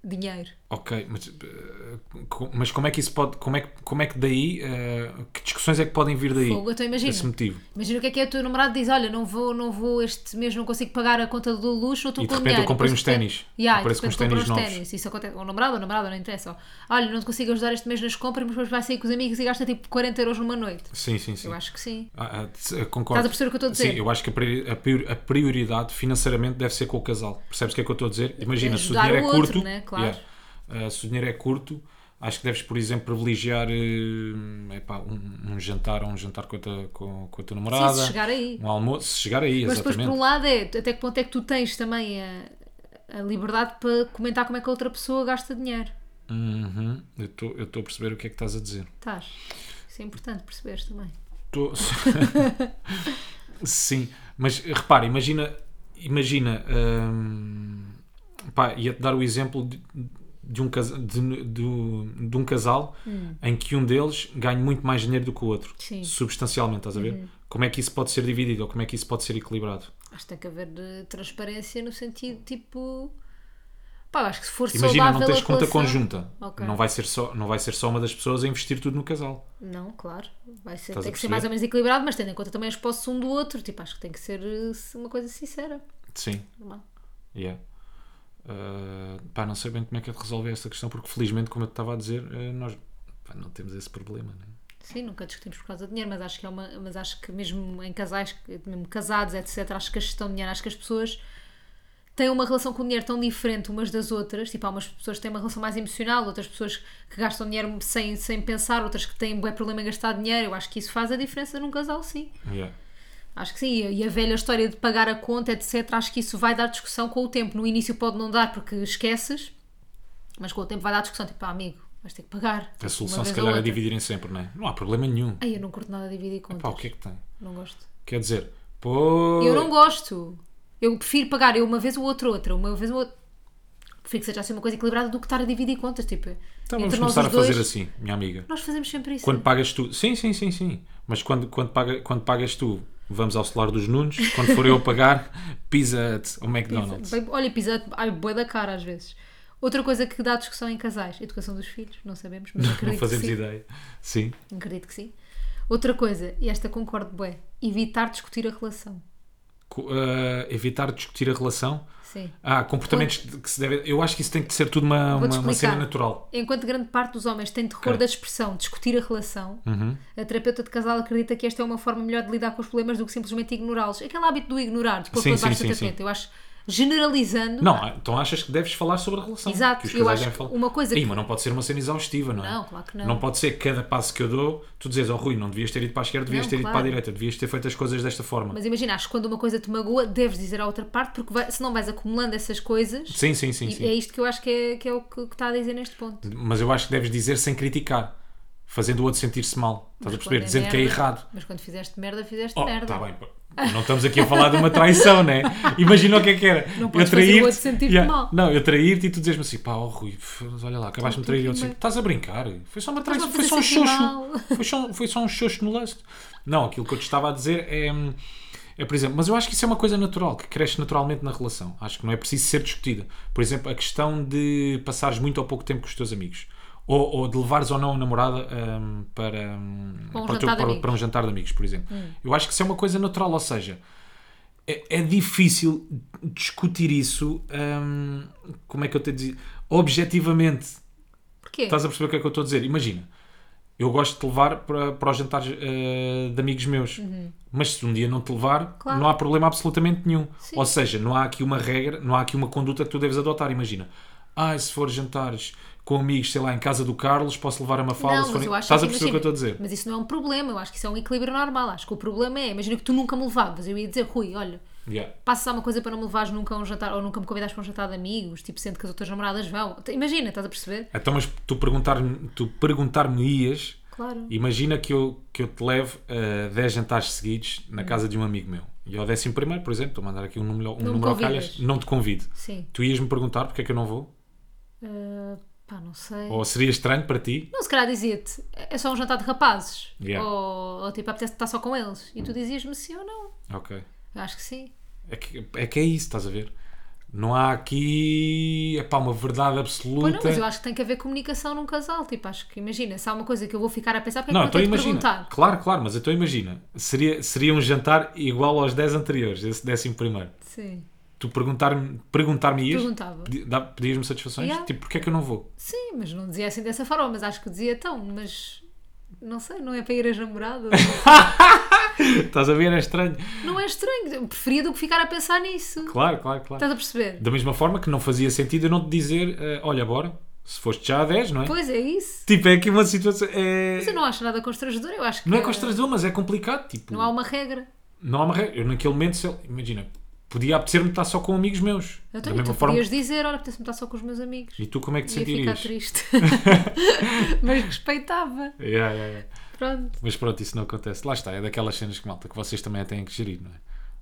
dinheiro.
Ok, mas, eh, co- mas como é que isso pode. Como é que, como é que daí. eh, que discussões é que podem vir daí?
Fogo, então imagina.
Desse motivo.
Imagina o que é que é o teu namorado diz: Olha, não vou, não vou este mês, não consigo pagar a conta do luxo, não estou
E de
com
repente eu
dinheiro.
comprei
Depois
uns
de repente-
ténis.
Yeah, e
Aparece
de
com uns
repente comprei
ténis
uns
novos.
ténis. Isso acontece com o namorado ou namorada, não interessa. ó. Olha, não te consigo ajudar este mês nas compras, mas depois vai sair com os amigos e gasta tipo 40 euros numa noite.
Sim, sim, sim.
Eu acho que sim.
Ah, ah, t- eh, concordo.
Estás a perceber o que eu estou a dizer?
Sim, eu acho que a priori- a prior- a prioridade financeiramente deve ser com o casal. Percebes o que é que eu estou a dizer? Imagina, se o
Ajudar
dinheiro é
o outro,
curto.
né? Claro.
Ah, se o dinheiro é curto, acho que deves, por exemplo, privilegiar eh, epá, um, um jantar ou um jantar com a tua, com, com a tua namorada.
Sim, se chegar aí.
Um almoço, se chegar aí,
Mas depois,
exatamente.
por um lado, é até que ponto é que tu tens também a, a liberdade para comentar como é que a outra pessoa gasta dinheiro.
Uhum, eu estou- eu estou a perceber o que é que estás a dizer.
Estás? Isso é importante perceberes também.
Tô- Sim, mas repara, imagina, imagina, hum, pá, ia-te dar o exemplo de, de um, casa- de, de- de um casal em que um deles ganha muito mais dinheiro do que o outro,
Hum. Sim. Uhum.
substancialmente, estás a ver? Como é que isso pode ser dividido ou como é que isso pode ser equilibrado?
Acho que tem que haver de transparência no sentido tipo. Pá, eu acho que se for
Imagina,
saudável
não tens
a
conta
relação-
conjunta,
Ok.
não, vai ser só, não vai ser só uma das pessoas a investir tudo no casal.
Não, claro. Vai ser, tem
Estás a
que ser
perceber?
mais ou menos equilibrado, mas tendo em conta também as posses um do outro. Tipo, acho que tem que ser eh, uma coisa sincera.
Sim.
normal.
Yeah. Uh, pá, não sei bem como é que é de resolver esta questão, porque felizmente, como eu te estava a dizer, uh, nós pá, não temos esse problema. Né?
Sim, nunca discutimos por causa de dinheiro, mas acho que é uma. Mas acho que mesmo em casais, que- mesmo casados, etc., acho que a gestão de dinheiro, acho que as pessoas têm uma relação com o dinheiro tão diferente umas das outras. Tipo, há umas pessoas que têm uma relação mais emocional, outras pessoas que gastam dinheiro sem, sem pensar, outras que têm um problema em gastar dinheiro. Eu acho que isso faz a diferença num casal, sim.
Yeah.
Acho que sim, e a velha história de pagar a conta, etc. Acho que isso vai dar discussão com o tempo. No início pode não dar porque esqueces, mas com o tempo vai dar discussão. Tipo, pá, amigo, vais ter que pagar.
A solução,
Uma vez
se
ou
calhar, é
outra.
dividirem sempre, né? não há problema nenhum.
Ai, eu não curto nada de dividir contas.
Pá, o que é que tem?
Não gosto.
Quer dizer, pô.
Eu não gosto. Eu prefiro pagar eu uma vez o outro outra, uma vez o outro. Prefiro que seja assim uma coisa equilibrada do que estar a dividir contas. Tipo,
Então vamos
entre nós
começar a
os
fazer
dois,
assim, minha amiga.
Nós fazemos sempre isso.
Quando pagas tu, sim, sim, sim, sim. Mas quando, quando, paga, quando pagas tu, vamos ao celular dos Nunes. Quando for eu a pagar, pizza Hut ou McDonald's.
Bem, Olha, pisa ai, boi da cara às vezes. Outra coisa que dá discussão em casais, educação dos filhos, não sabemos, mas acredito
Não fazemos
que sim.
ideia. Sim.
Acredito que sim. Outra coisa, e esta concordo bem, evitar discutir a relação.
co- eh, evitar discutir a relação.
Sim.
Ah, comportamentos de- que se devem. Eu acho que isso tem que ser tudo uma,
Vou-te
uma, uma
explicar.
cena natural.
Enquanto grande parte dos homens tem terror
Ok. Uhum.
da expressão discutir a relação, a terapeuta de casal acredita que esta é uma forma melhor de lidar com os problemas do que simplesmente ignorá-los. Aquele hábito do ignorar, de pôr
Sim,
para debaixo
sim,
do
sim,
tapete. Eu acho, generalizando.
Não, ah, então achas que deves falar sobre a relação.
Exato,
que os
eu
casais
acho
devem
que
falar.
uma coisa
Ih,
que-
mas não pode ser uma cena exaustiva, não é?
Não, claro que não.
Não pode ser que cada passo que eu dou, tu dizes ao oh, Rui, não devias ter ido para a esquerda, devias
Não,
ter ido para a
claro.
direita, devias ter feito as coisas desta forma.
Mas imagina, acho que quando uma coisa te magoa, deves dizer à outra parte, porque vai, senão vais acumulando essas coisas.
Sim, sim, sim,
E
sim.
é isto que eu acho que é, que é o que, que está a dizer neste ponto.
Mas eu acho que deves dizer sem criticar, fazendo o outro sentir-se mal. Estás
Mas
a perceber?
quando
Dizendo que é
merda-
errado.
Mas quando fizeste merda, fizeste
Oh,
merda.
tá bem. pô. Não estamos aqui a falar de uma traição, né? Imagina o que é que era.
Não podes fazer o
trair-te-
outro sentir-te mal.
Não, eu trair-te e tu dizes-me assim, pá, oh, Rui, f- olha lá, acabaste-me de trair. E eu disse, assim,
bem.
estás a brincar? Foi só uma traição,
a
foi
fazer
só um
sentir
xoxo.
mal."
Foi só, foi só um xoxo no lance. Não, aquilo que eu te estava a dizer é, hum, é, por exemplo, mas eu acho que isso é uma coisa natural, que cresce naturalmente na relação. Acho que não é preciso ser discutida. Por exemplo, a questão de passares muito ou pouco tempo com os teus amigos. Ou, ou de levares ou não a namorada hum, para, hum,
Para um
o teu-
jantar de
para-
amigos. Hum.
para um jantar de amigos, por exemplo. Eu acho que isso é uma coisa natural, ou seja, é, é difícil discutir isso, hum, como é que eu te dizer, objetivamente.
Porquê?
Estás a perceber o que é que eu estou a dizer? Imagina, eu gosto de te levar para, para os jantares eh, de amigos meus, mas se um dia não te levar,
Uhum. Claro.
não há problema absolutamente nenhum.
Sim.
Ou seja, não há aqui uma regra, não há aqui uma conduta que tu deves adotar. Imagina, ah, se for jantares com amigos, sei lá, em casa do Carlos, posso levar a Mafalda. se
Não, mas
forem-
eu acho
Estás a
que,
perceber o que eu estou a dizer?
Mas isso não é um problema, eu acho que isso é um equilíbrio normal. Acho que o problema é, imagina que tu nunca me levavas, eu ia dizer, Rui, olha,
Yeah.
passas alguma coisa para não me levares nunca a um jantar, ou nunca me convidares para um jantar de amigos, tipo, sendo que as outras namoradas vão. Imagina, estás a perceber?
Então, mas tu perguntar-me tu perguntar ias,
Claro.
imagina que eu, que eu te levo a 10 jantares seguidos na casa de um amigo meu. E ao décimo primeiro, por exemplo, estou a mandar aqui um número, um
Hum. Não me
número ao
convidas.
calhas, não te convido.
Sim.
Tu ias-me perguntar porque é que eu não vou?
Ah, pá, não sei.
Ou seria estranho para ti?
Não, se calhar dizia-te, é só um jantar de rapazes.
Yeah.
Ou, ou tipo, apetece estar só com eles. E tu dizias-me sim ou não.
Ok.
Eu acho que sim.
É que é, que é isso, estás a ver? Não há aqui epá, uma verdade
Pois
absoluta.
não, mas eu acho que tem que haver comunicação num casal. Tipo, acho que imagina, se há uma coisa que eu vou ficar a pensar, porque
Não,
é que
então
eu tenho que
imagina.
perguntar?
Claro, claro, mas então imagina. Seria, seria um jantar igual aos 10 anteriores, esse décimo primeiro.
Sim.
Tu perguntar-me perguntar ias?
Perguntava.
Pedi- dá- Pedias-me satisfações?
Yeah.
Tipo, porque é que eu não vou?
Sim, mas não dizia assim dessa forma, mas acho que dizia então, mas não sei, não é para ir às namoradas.
Estás a ver? É estranho.
não é estranho, eu preferia do que ficar a pensar nisso.
Claro, claro, claro.
Estás a perceber?
Da mesma forma que não fazia sentido eu não te dizer, eh, olha, bora, se foste já a 10, não é?
Pois é isso.
Tipo, é aqui uma situação. É...
Mas eu não acho nada constrangedor, eu acho que
Não é constrangedor, mas é complicado. Tipo,
não há um uma regra.
não há uma regra. Eu naquele momento, sei lá, imagina, podia apetecer-me estar só com amigos meus.
Eu
da
tenho,
mesma
Então, tu
forma.
podias dizer, olha, apetece-me estar só com os meus amigos.
E tu como é que te
Ia ficar
sentirias?
triste. mas respeitava.
Yeah, yeah, yeah.
Pronto.
É, Mas pronto, isso não acontece. Lá está, é daquelas cenas que malta que vocês também têm que gerir, não é?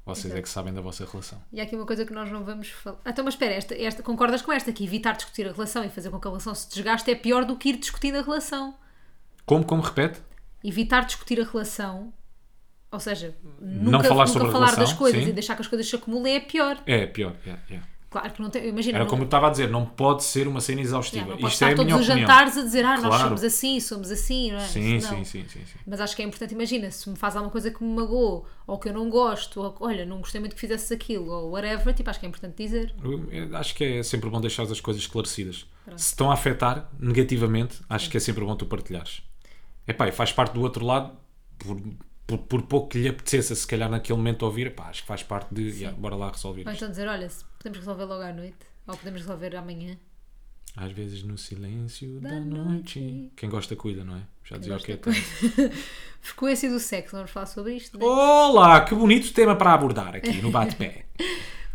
Vocês é que sabem da vossa relação.
E há aqui uma coisa que nós não vamos falar. Ah, Então, mas espera, esta, esta, concordas com esta? Que evitar discutir a relação e fazer com que a relação se desgaste é pior do que ir discutindo a relação.
Como, como, repete?
evitar discutir a relação, ou seja, nunca,
Não falar
nunca
sobre a
falar
relação,
das coisas
sim.
e deixar que as coisas se acumulem é pior.
É, pior. yeah, yeah.
Claro que não tem, imagina,
Era
não,
como eu estava a dizer, não pode ser uma cena
não,
exaustiva.
não podes
Isto é
estar
a
todos
minha
os
opinião.
jantares a dizer, ah, nós
Claro.
somos assim, somos assim, não é?
Sim,
Não.
sim, sim, sim, sim.
Mas acho que é importante, imagina, se me faz alguma coisa que me magoou, ou que eu não gosto, ou que, olha, não gostei muito que fizesses aquilo, ou whatever, tipo, acho que é importante dizer.
Eu- eu Acho que é sempre bom deixar as coisas esclarecidas. Se estão a afetar negativamente, acho que é sempre bom tu partilhares. Epá, e faz parte do outro lado, por, por, por pouco que lhe apetecesse, se calhar naquele momento ouvir, epá, acho que faz parte de, "Ya, bora lá resolver
Ou
isto.
então dizer, olha, se podemos resolver logo à noite, ou podemos resolver amanhã.
Às vezes no silêncio da, noite.
então- noite.
Quem gosta cuida, não é? Já dizia o que é
Frequência do sexo, vamos falar sobre isto, né?
Olá, que bonito tema para abordar aqui no Bate-Pé.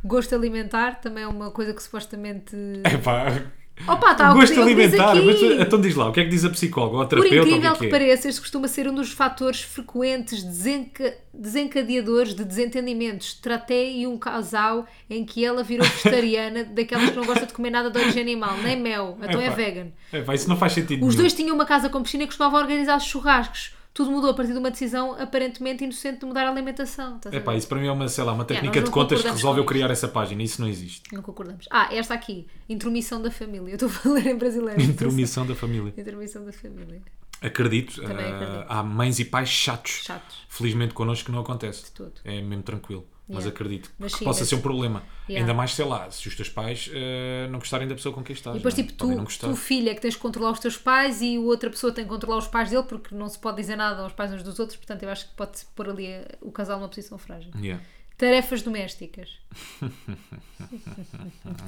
Gosto alimentar também é uma coisa que supostamente
Epá,
Opa, tá,
gosto de
ele diz
alimentar.
aqui.
mas então diz lá, o que é que diz a psicóloga ou a
Por
terapeuta? ou o
incrível
que
que,
é que é?
pareça, este costuma ser um dos fatores frequentes desenca- desencadeadores de desentendimentos. Tratei um casal em que ela virou vegetariana, daquelas que não gosta de comer nada de origem animal, nem mel, então é
Epá.
vegan.
Epá, isso não faz sentido
Os
nenhum.
dois tinham uma casa com piscina e costumavam organizar churrascos. Tudo mudou a partir de uma decisão aparentemente inocente de mudar a alimentação. Estás a
É
ver?
pá, isso para mim é uma, sei lá, uma técnica
nós
de
não
contas que
concordamos
resolveu
com
criar essa página. Isso não existe.
Não concordamos. Ah, esta aqui, intromissão da família. Eu estou a falar em brasileiro.
Intromissão da família.
Intromissão da família.
Acredito,
Também
ah,
acredito.
há mães e pais chatos.
Chatos.
Felizmente connosco não acontece.
De todo.
É mesmo tranquilo. Mas
Yeah.
acredito
Mas
que
sim,
possa
mas-
ser um problema.
Yeah.
Ainda mais, sei lá, se os teus pais eh, não gostarem da pessoa com quem estás.
E depois,
não é?
tipo,
Podem
tu,
não
tu, filha, que tens de controlar os teus pais e outra pessoa tem que controlar os pais dele porque não se pode dizer nada aos pais uns dos outros, portanto, eu acho que pode pôr ali eh, o casal numa posição frágil.
Yeah.
Tarefas domésticas.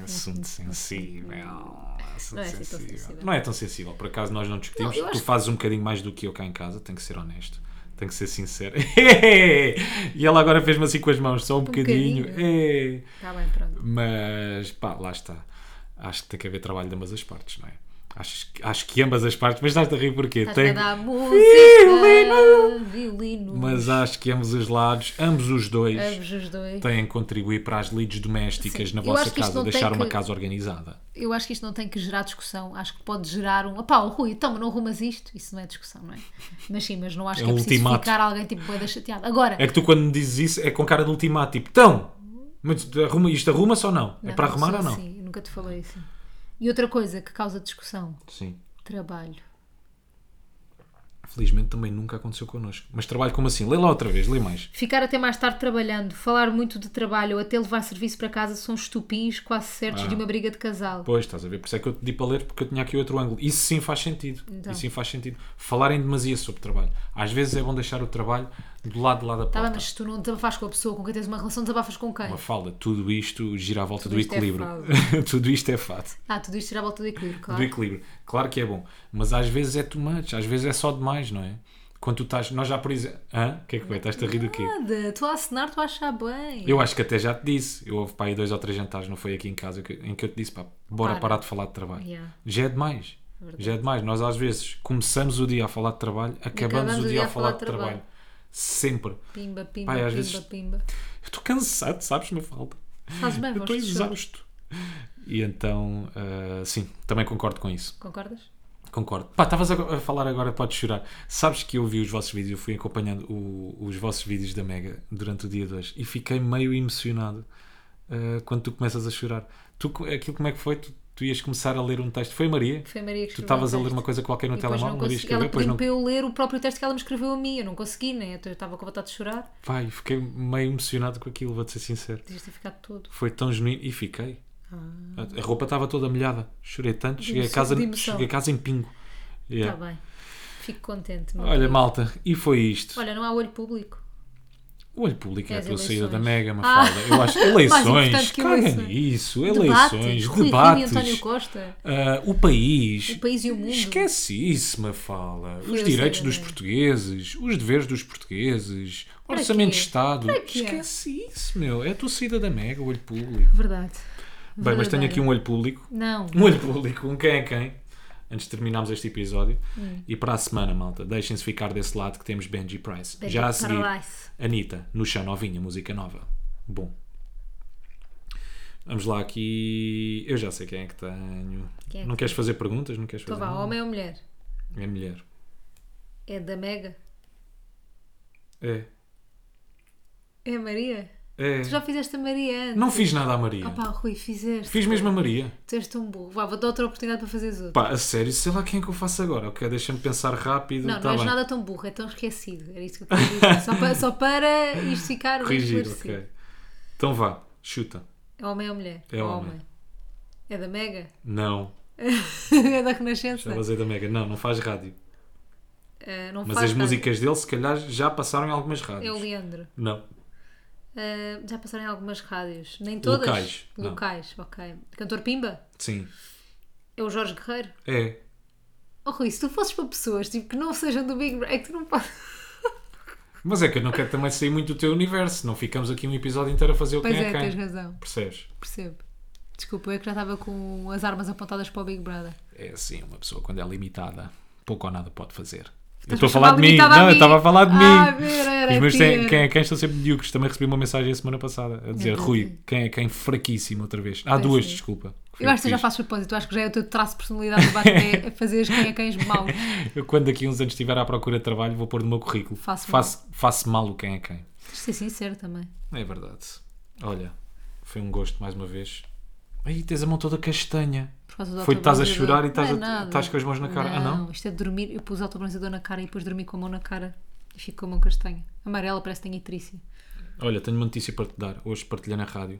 Assunto sensível. Assunto
Uhum. Não é assim tão
sensível.
sensível.
Não é tão sensível. Por acaso nós não discutimos.
Não, eu
tu
acho-
fazes um bocadinho mais do que eu cá em casa, tenho que ser honesto. Tenho que ser sincero. e ela agora fez-me assim com as mãos, só um, bocadinho.
bocadinho.
Eh.
Está Tá bem, pronto.
Mas pá, lá está. Acho que tem que haver trabalho de ambas as partes, não é? Acho, que- acho que ambas as partes, mas estás a rir porquê?
Estás
Tem-
a dar música.
Violino!
Violino.
Mas acho que ambos os lados, ambos os dois,
Ambos os dois.
têm que contribuir para as lides domésticas
Sim,
na
eu
vossa
acho que isto
casa,
não tem
deixar uma
que-
casa organizada.
Eu acho que isto não tem que gerar discussão. Acho que pode gerar um. Opá, o Rui, então, mas não arrumas isto. Isso não é discussão, não é? Mas sim, mas não acho
É
que é
um
preciso
ultimato.
ficar alguém tipo boeda chateado. Agora,
É que tu quando me dizes isso é com cara de ultimato, tipo, então, mas tu arruma, isto arruma-se ou não? é para arrumar
sou
ou não?
assim, eu nunca te falei isso. E outra coisa que causa discussão:
Sim.
trabalho.
Felizmente também nunca aconteceu connosco. Mas trabalho como assim? Lê lá outra vez, lê mais.
Ficar até mais tarde trabalhando, falar muito de trabalho ou até levar serviço para casa são estupins quase certos
Ah.
de uma briga de casal.
Pois, estás a ver? Por isso é que eu te pedi para ler, porque eu tinha aqui outro ângulo. Isso sim faz sentido.
Então.
Isso sim faz sentido. Falarem demasia sobre trabalho. Às vezes é bom deixar o trabalho do lado de lá da
Tá
porta.
bem, mas se tu não desabafas com a pessoa com quem tens uma relação, desabafas com quem?
Uma falda. Tudo isto gira à volta
Tudo
do
isto é
equilíbrio. Tudo isto é fato.
Ah, tudo isto será a volta do equilíbrio, claro.
do equilíbrio. Claro que é bom, mas às vezes é too much, às vezes é só demais, não é? Quando tu estás, nós já por exemplo, hã? O que é que foi? Estás-te a rir do quê?
Nada, estou a assinar, estou a achar bem.
Eu acho que até já te disse, eu houve para aí dois ou três jantares, não foi aqui em casa, que- em que eu te disse, pá, bora
Para.
parar de falar de trabalho.
Yeah.
Já é demais.
Verdade.
Já é demais. Nós às vezes começamos o dia a falar de trabalho, acabamos, o dia a falar de trabalho. Sempre.
Pimba, pimba,
Pai,
pimba,
às vezes-
pimba.
Eu estou cansado, sabes, me falta.
Fazes bem,
Eu estou
vamos chorar.
exausto. E então, ah, sim, também concordo com isso.
Concordas?
Concordo. Pá, estavas a a falar agora, podes chorar. Sabes que eu vi os vossos vídeos, eu fui acompanhando o- os vossos vídeos da Mega durante o dia de hoje e fiquei meio emocionado ah, quando tu começas a chorar. Tu, co- aquilo como é que foi? Tu, tu ias começar a ler um texto. Foi a Maria?
Foi a Maria que
Tu
escreveu
estavas
o
a ler
texto.
uma coisa qualquer
E
no
depois
telemóvel,
não
Maria
consegui- Ela
escreveu, depois
pediu
não.
para eu ler o próprio texto que ela me escreveu a mim. Eu não consegui, né? Eu estava com vontade de chorar.
Pai, fiquei meio emocionado com aquilo, vou-te ser sincero.
Devias ter ficado todo.
Foi tão genuíno e fiquei. A- A roupa estava toda molhada. Chorei tanto, cheguei a
emoção-
casa,
Ah. de emoção. Tá
cheguei a casa em pingo.
Está
Yeah.
bem. Fico contente. meu
Olha,
querido.
malta, e foi isto.
Olha, não há olho público.
O olho público é a
As
tua saída
eleições.
da Mega,
Ah.
Mafalda. Eu acho
Mais
eleições,
importante que
caga
eleições.
nisso,
Debates.
eleições,
Rui Rio e
debates,
António Costa.
ah, o país.
O país e o mundo.
Esquece isso, Mafalda.
Foi
Os
a
direitos
saída
dos
da Mega.
portugueses, os deveres dos portugueses,
Para
orçamento
quê?
de Estado.
Para quê?
Esquece isso, meu. É a tua saída da Mega, o olho público.
Verdade.
Bem, mas tenho aqui um olho público.
Não.
Um olho público, um quem é quem. Antes de terminarmos este episódio.
Hum.
E para a semana, malta, deixem-se ficar desse lado que temos Benji Price.
Benji
Já a seguir,
Price.
Anitta, no chão novinha, música nova. Bom. Vamos lá aqui. Eu já sei quem é que tenho.
Quem é
não
que
queres fazer perguntas? Não queres
Então
fazer?
vá,
nada?
homem ou mulher?
É mulher.
É da Mega?
É.
É a Maria?
É.
Tu já fizeste a Maria antes.
Não fiz nada à Maria.
Opá, Rui, fizeste.
Fiz mesmo a Maria.
Tu és tão burro. Vá, vou dar outra oportunidade para fazeres outro.
Pá, a sério, sei lá quem é que eu faço agora. Ok, deixa-me pensar rápido.
Não,
tá
não és
bem.
nada tão burro, é tão esquecido. Era isso que eu queria dizer. só, para, só para isto ficar bem
Corrigido,
esclarecido.
ok. Então vá, chuta.
É homem ou mulher?
É homem.
É da Mega?
Não.
é da
Já
Renascença?
vazei da Mega. Não, não faz rádio.
Eh, não
Mas
faz
as
rádio.
músicas dele, se calhar, já passaram em algumas rádios.
É o Leandro.
Não.
Eh, já passaram em algumas rádios. Nem todas?
Locais, não.
Locais, ok. Cantor Pimba?
Sim.
É o Jorge Guerreiro?
É.
Oh Rui, se tu fosses para pessoas tipo, que não sejam do Big Brother, é que tu não podes.
Mas é que eu não quero também sair muito do teu universo. Não ficamos aqui um episódio inteiro a fazer o
Pois
quem
é,
é,
tens
quem.
razão.
Percebes?
Percebo. Desculpa, eu é que já estava com as armas apontadas para o Big Brother.
É assim, uma pessoa quando é limitada, pouco ou nada pode fazer. Eu
Estás-me
estou a falar de mim.
limitada
Não, eu estava a falar de
Ah,
mim.
ver, era
Os meus
ti,
têm-
era.
quem é quem estão sempre medíocres. Também recebi uma mensagem a semana passada a dizer
Então,
Rui,
sim.
quem é quem fraquíssimo outra vez. Há
Pois
duas,
é.
desculpa. Foi
Eu acho que tu já
fiz.
fazes propósito, eu acho que já é o teu traço de personalidade do Batman, é fazer quem é cães maus.
Eu quando daqui a uns anos estiver à procura de trabalho, vou pôr no meu currículo.
Faço mal.
faço, faço mal o quem é quem.
Tens de ser sincero também.
É verdade. Olha, foi um gosto mais uma vez. Aí tens a mão toda castanha.
Por causa do
Foi, estás a
autobronzeador.
chorar e estás
Não é
a-
nada.
estás com as mãos na cara. Ah, não?
Isto é de dormir, eu pus o autobronzeador na cara e depois dormi com a mão na cara e fico com a mão castanha. Amarela, parece que tem itrícia.
Olha, tenho uma notícia para te dar. Hoje partilhei na rádio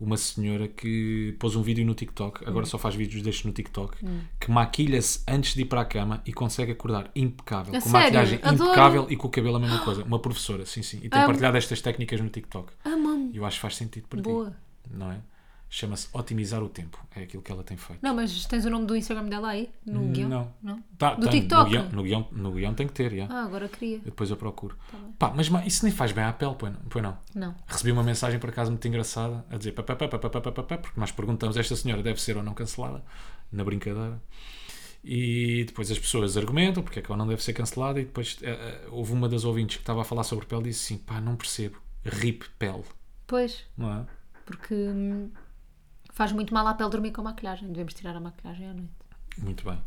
uma senhora que pôs um vídeo no TikTok,
Hum.
agora só faz vídeos destes no TikTok, que maquilha-se antes de ir para a cama e consegue acordar impecável,
A
com
sério?
maquilhagem
Adoro.
impecável e com o cabelo a mesma coisa. Uma professora, sim, sim. E tem
Amo.
partilhado estas técnicas no TikTok.
Amo-me.
E eu acho que faz sentido para
Ah, Boa.
ti. Não é? Chama-se otimizar o tempo. É aquilo que ela tem feito.
Não, mas tens o nome do Instagram dela aí? No guião?
Não.
Não?
Tá,
Do
tem.
TikTok?
No guião, no, guião, no guião tem que ter, já.
Ah, Tá agora queria.
Depois eu procuro. Pá, mas ma- isso nem faz bem à pele, pois não? Pois não.
Não.
Recebi uma mensagem por acaso muito engraçada a dizer pá, pá, pá, pá, pá, pá, pá, pá, pá, porque nós perguntamos esta senhora deve ser ou não cancelada, na brincadeira. E depois as pessoas argumentam porque é que ela não deve ser cancelada. E depois eh, eh, houve uma das ouvintes que estava a falar sobre pele e disse assim: pá, não percebo. Rip pele,
Pois,
não é?
porque hum, faz muito mal à pele dormir com maquilhagem. Devemos tirar a maquilhagem à noite.
Muito bem.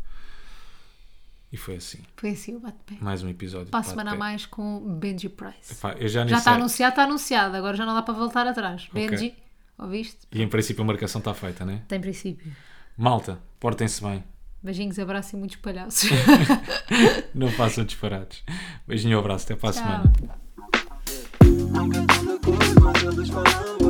E foi assim.
Foi assim o bate-pé.
Mais um episódio. de
Para a
Pá de
semana a
Pé. é-
mais com Benji Price.
Pá, eu já nem
Já tá está
sei.
anunciado, está anunciado. Agora já não dá para voltar atrás. Benji, ouviste?
E em princípio a marcação está feita, né?
Tem princípio.
Malta, portem-se bem.
Beijinhos, abraço e muitos palhaços.
Não façam disparates. Tá. Beijinho e abraço. Até para a
Tchau.
semana.
Nunca tão de cor, mas eles falam